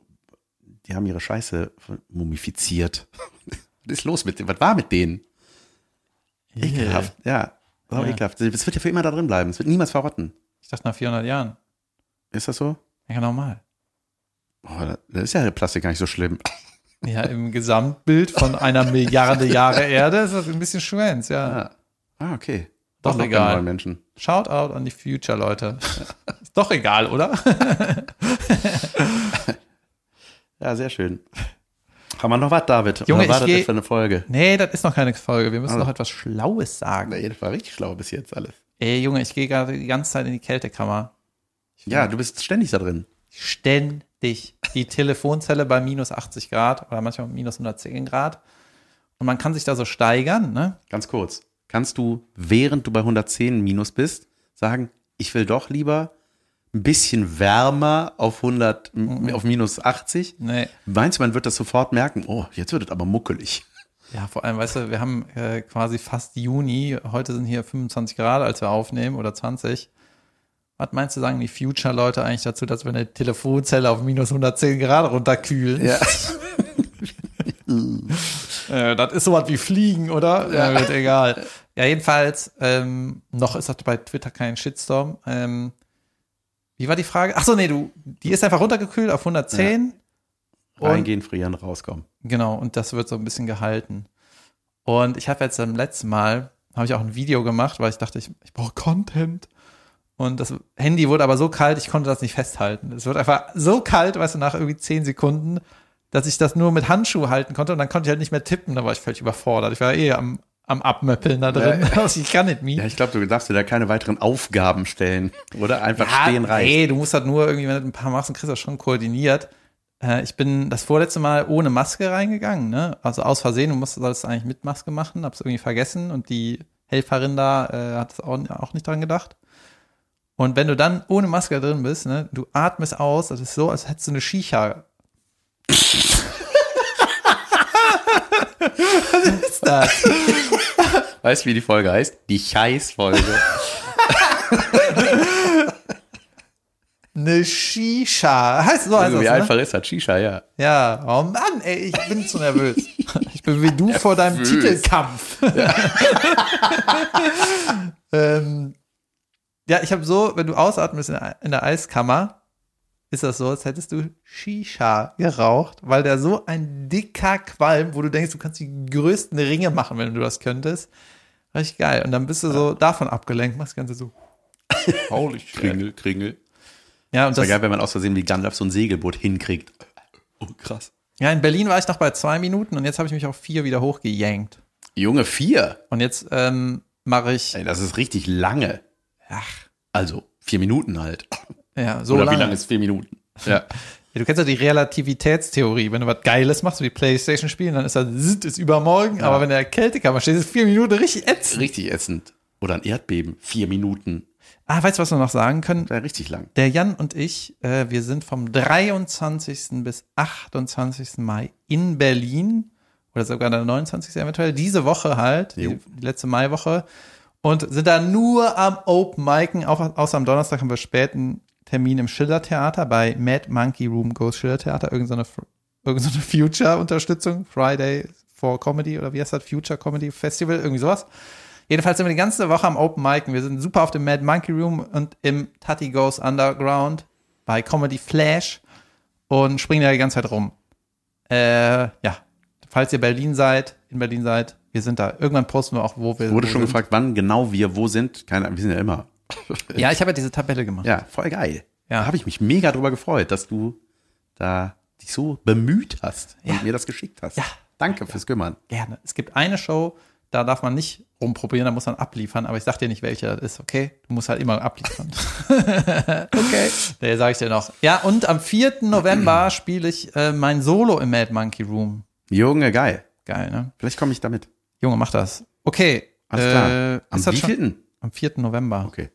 [SPEAKER 2] die haben ihre Scheiße mumifiziert. was ist los mit denen? Was war mit denen? Ekelhaft. Ja, sau
[SPEAKER 1] Ja.
[SPEAKER 2] ekelhaft. Das wird ja für immer da drin bleiben. Es wird niemals verrotten.
[SPEAKER 1] Ich dachte nach 400 Jahren.
[SPEAKER 2] Ist das so?
[SPEAKER 1] Ja, normal.
[SPEAKER 2] Oh, das ist ja der Plastik gar nicht so schlimm.
[SPEAKER 1] Ja, im Gesamtbild von einer Milliarde Jahre Erde ist das ein bisschen Schwänz, ja.
[SPEAKER 2] Ah, ah okay.
[SPEAKER 1] Doch
[SPEAKER 2] noch
[SPEAKER 1] egal.
[SPEAKER 2] neuen Menschen.
[SPEAKER 1] Shoutout an die Future, Leute. ist doch egal, oder?
[SPEAKER 2] Ja, sehr schön. Haben wir noch was, David?
[SPEAKER 1] Junge,
[SPEAKER 2] Oder war
[SPEAKER 1] ich
[SPEAKER 2] das
[SPEAKER 1] geh-
[SPEAKER 2] für eine Folge?
[SPEAKER 1] Nee, das ist noch keine Folge. Wir müssen
[SPEAKER 2] Also.
[SPEAKER 1] noch etwas Schlaues sagen.
[SPEAKER 2] Jeden Fall richtig schlau bis jetzt alles.
[SPEAKER 1] Ey, Junge, ich gehe gerade die ganze Zeit in die Kältekammer.
[SPEAKER 2] Ja, du bist ständig da drin.
[SPEAKER 1] ständig die Telefonzelle bei minus 80 Grad oder manchmal minus 110 Grad. Und man kann sich da so steigern, ne?
[SPEAKER 2] Ganz kurz. Kannst du, während du bei 110 minus bist, sagen, ich will doch lieber ein bisschen wärmer auf 100, m- auf minus 80?
[SPEAKER 1] Nee.
[SPEAKER 2] Meinst du, man wird das sofort merken? Oh, jetzt wird es aber muckelig.
[SPEAKER 1] Ja, vor allem, weißt du, wir haben äh, quasi fast Juni. Heute sind hier 25 Grad, als wir aufnehmen, oder 20. Was meinst du, sagen die Future-Leute eigentlich dazu, dass wir eine Telefonzelle auf minus 110 Grad runterkühlen?
[SPEAKER 2] Ja.
[SPEAKER 1] Äh, das ist sowas wie Fliegen, oder? Ja, wird egal. Ja, jedenfalls, ähm, noch ist das bei Twitter kein Shitstorm. Ähm, wie war die Frage? Ach so, nee, du, die ist einfach runtergekühlt auf 110. Und,
[SPEAKER 2] Reingehen, frieren, rauskommen.
[SPEAKER 1] genau, und das wird so ein bisschen gehalten. Und ich habe jetzt beim letzten Mal, habe ich auch ein Video gemacht, weil ich dachte, ich, ich brauche Content. Und das Handy wurde aber so kalt, ich konnte das nicht festhalten. Es wird einfach so kalt, weißt du, nach irgendwie 10 Sekunden dass ich das nur mit Handschuh halten konnte und dann konnte ich halt nicht mehr tippen, da war ich völlig überfordert. Ich war eh am, am Abmöppeln da drin. Also ich kann nicht mehr.
[SPEAKER 2] Ja, ich glaube, du darfst dir da keine weiteren Aufgaben stellen. Oder einfach stehen reicht.
[SPEAKER 1] Nee, du musst halt nur irgendwie, wenn du ein paar machst, dann kriegst du das schon koordiniert. Äh, ich bin das vorletzte Mal ohne Maske reingegangen, ne? Also aus Versehen, du musst sollst eigentlich mit Maske machen, hab's irgendwie vergessen und die Helferin da äh, hat es auch, auch nicht dran gedacht. Und wenn du dann ohne Maske da drin bist, ne, du atmest aus, das ist so, als hättest du eine Shisha. Was ist das?
[SPEAKER 2] Weißt du, wie die Folge heißt? Die Scheißfolge.
[SPEAKER 1] Eine Shisha. Heißt so heißt
[SPEAKER 2] also,
[SPEAKER 1] das,
[SPEAKER 2] wie
[SPEAKER 1] ne?
[SPEAKER 2] einfach ist das? Shisha, ja.
[SPEAKER 1] Ja, oh Mann, ey, ich bin zu nervös. Ich bin wie du vor deinem
[SPEAKER 2] Nervös.
[SPEAKER 1] Titelkampf. Ja, ähm, ja ich habe so, wenn du ausatmest in, in der Eiskammer, ist das so, als hättest du Shisha geraucht, weil da so ein dicker Qualm, wo du denkst, du kannst die größten Ringe machen, wenn du das könntest. Richtig geil. Und dann bist du so davon abgelenkt, machst das Ganze so.
[SPEAKER 2] Holy Kringel, Kringel.
[SPEAKER 1] Ja, und
[SPEAKER 2] Das
[SPEAKER 1] das,
[SPEAKER 2] war geil, wenn man aus Versehen wie Gandalf so ein Segelboot hinkriegt. Oh, krass.
[SPEAKER 1] ja, in Berlin war ich noch bei zwei Minuten und jetzt habe ich mich auf vier wieder hochgejankt.
[SPEAKER 2] Junge, vier.
[SPEAKER 1] Und jetzt ähm, mache ich
[SPEAKER 2] Ey, das ist richtig lange.
[SPEAKER 1] ach,
[SPEAKER 2] Also, vier Minuten halt.
[SPEAKER 1] ja, so
[SPEAKER 2] Oder
[SPEAKER 1] lange.
[SPEAKER 2] wie lange ist vier Minuten? Ja.
[SPEAKER 1] Ja, du kennst ja die Relativitätstheorie. Wenn du was Geiles machst, wie Playstation spielen, dann ist das zzt, ist übermorgen. Aber wenn du in der Kältekammer stehst, ist vier Minuten richtig ätzend.
[SPEAKER 2] richtig essend. Oder ein Erdbeben. Vier Minuten.
[SPEAKER 1] Ah, weißt du, was wir noch sagen können?
[SPEAKER 2] Wäre richtig lang.
[SPEAKER 1] Der Jan und ich, äh, wir sind vom 23. bis 28. Mai in Berlin oder sogar der 29. eventuell, diese Woche halt,
[SPEAKER 2] Jo.
[SPEAKER 1] die, die letzte Maiwoche und sind da nur am Open Micen, auch, außer am Donnerstag haben wir späten Termin im Schillertheater bei Mad Monkey Room Goes Schillertheater, irgendeine so eine- irgend so eine Future-Unterstützung, Friday for Comedy oder wie heißt das, Future Comedy Festival, irgendwie sowas. Jedenfalls sind wir die ganze Woche am Open Micen. Wir sind super auf dem Mad Monkey Room und im Tutty Goes Underground bei Comedy Flash und springen da die ganze Zeit rum. Äh, ja, falls ihr Berlin seid, in Berlin seid, wir sind da. Irgendwann posten wir auch, wo wir
[SPEAKER 2] Wurde
[SPEAKER 1] wo
[SPEAKER 2] schon
[SPEAKER 1] wir-
[SPEAKER 2] gefragt, wann genau wir wo sind. Keine Ahnung, wir sind ja immer.
[SPEAKER 1] Ja, ich habe ja diese Tabelle gemacht.
[SPEAKER 2] Ja, voll geil.
[SPEAKER 1] Ja.
[SPEAKER 2] Da habe ich mich mega drüber gefreut, dass du da dich so bemüht hast und mir das geschickt hast.
[SPEAKER 1] Ja.
[SPEAKER 2] Danke fürs Kümmern.
[SPEAKER 1] Gerne. Es gibt eine Show, da darf man nicht rumprobieren, da muss man abliefern, aber ich sag dir nicht, welche das ist, okay? Du musst halt immer abliefern. okay. Nee, sag ich dir noch. Ja, und am 4. November spiele ich äh, mein Solo im Mad Monkey Room.
[SPEAKER 2] Junge, geil.
[SPEAKER 1] Geil, ne?
[SPEAKER 2] Vielleicht komme ich damit.
[SPEAKER 1] Junge, mach das. Okay.
[SPEAKER 2] Alles
[SPEAKER 1] äh,
[SPEAKER 2] klar. Am
[SPEAKER 1] ist das schon?
[SPEAKER 2] wievielten?
[SPEAKER 1] Am 4. November,
[SPEAKER 2] Okay.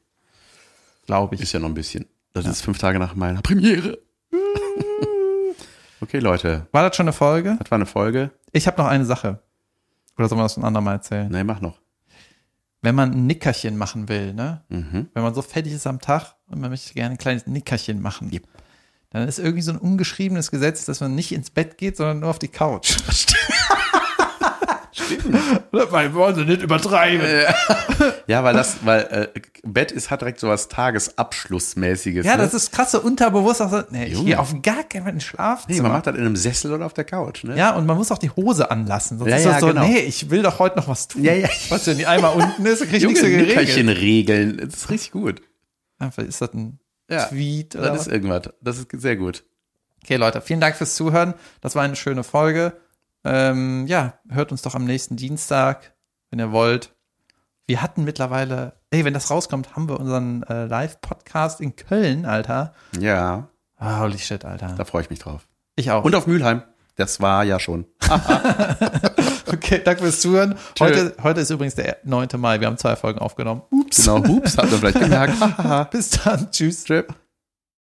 [SPEAKER 1] glaube ich.
[SPEAKER 2] Ist ja noch ein bisschen. Das ist fünf Tage nach meiner Premiere. okay, Leute.
[SPEAKER 1] War das schon eine Folge?
[SPEAKER 2] Das war eine Folge.
[SPEAKER 1] Ich habe noch eine Sache. Oder soll man das ein andermal erzählen?
[SPEAKER 2] Nein, mach noch.
[SPEAKER 1] Wenn man ein Nickerchen machen will, ne?
[SPEAKER 2] Mhm.
[SPEAKER 1] wenn man so fertig ist am Tag und man möchte gerne ein kleines Nickerchen machen,
[SPEAKER 2] Yep.
[SPEAKER 1] dann ist irgendwie so ein ungeschriebenes Gesetz, dass man nicht ins Bett geht, sondern nur auf die Couch. Stimmt. Weil wir wollen sie nicht übertreiben.
[SPEAKER 2] Äh, Ja, weil das, weil äh, Bett ist hat direkt sowas Tagesabschlussmäßiges.
[SPEAKER 1] ja,
[SPEAKER 2] ne?
[SPEAKER 1] das ist krasse Unterbewusstsein. Also, nee, ich
[SPEAKER 2] Junge.
[SPEAKER 1] gehe auf gar keinen Fall ins
[SPEAKER 2] Nee, man
[SPEAKER 1] Schlafzimmer.
[SPEAKER 2] macht das in einem Sessel oder auf der Couch, ne?
[SPEAKER 1] ja, und man muss auch die Hose anlassen. Sonst
[SPEAKER 2] Ja,
[SPEAKER 1] ist das
[SPEAKER 2] ja,
[SPEAKER 1] so,
[SPEAKER 2] genau.
[SPEAKER 1] nee, ich will doch heute noch was tun.
[SPEAKER 2] Ja, ja.
[SPEAKER 1] Weißt du, wenn die einmal unten ist, dann krieg ich
[SPEAKER 2] Junge,
[SPEAKER 1] nichts mehr
[SPEAKER 2] Nickerchen
[SPEAKER 1] geregelt.
[SPEAKER 2] regeln. Das ist richtig gut.
[SPEAKER 1] Einfach ist das ein
[SPEAKER 2] Ja,
[SPEAKER 1] Tweet oder
[SPEAKER 2] Das ist irgendwas. Das ist sehr gut.
[SPEAKER 1] Okay, Leute, vielen Dank fürs Zuhören. Das war eine schöne Folge. Ähm, ja, hört uns doch am nächsten Dienstag, wenn ihr wollt. Wir hatten mittlerweile, ey, wenn das rauskommt, haben wir unseren äh, Live-Podcast in Köln, Alter.
[SPEAKER 2] Ja,
[SPEAKER 1] Ah, holy shit, Alter.
[SPEAKER 2] da freue ich mich drauf.
[SPEAKER 1] Ich auch.
[SPEAKER 2] Und auf Mülheim. Das war ja schon.
[SPEAKER 1] okay, danke fürs Zuhören.
[SPEAKER 2] Tschö.
[SPEAKER 1] Heute, heute ist übrigens der 9. Mai. Wir haben zwei Folgen aufgenommen. Ups.
[SPEAKER 2] Genau, Hups, habt ihr vielleicht gemerkt.
[SPEAKER 1] Bis dann. Tschüss.
[SPEAKER 2] Strip.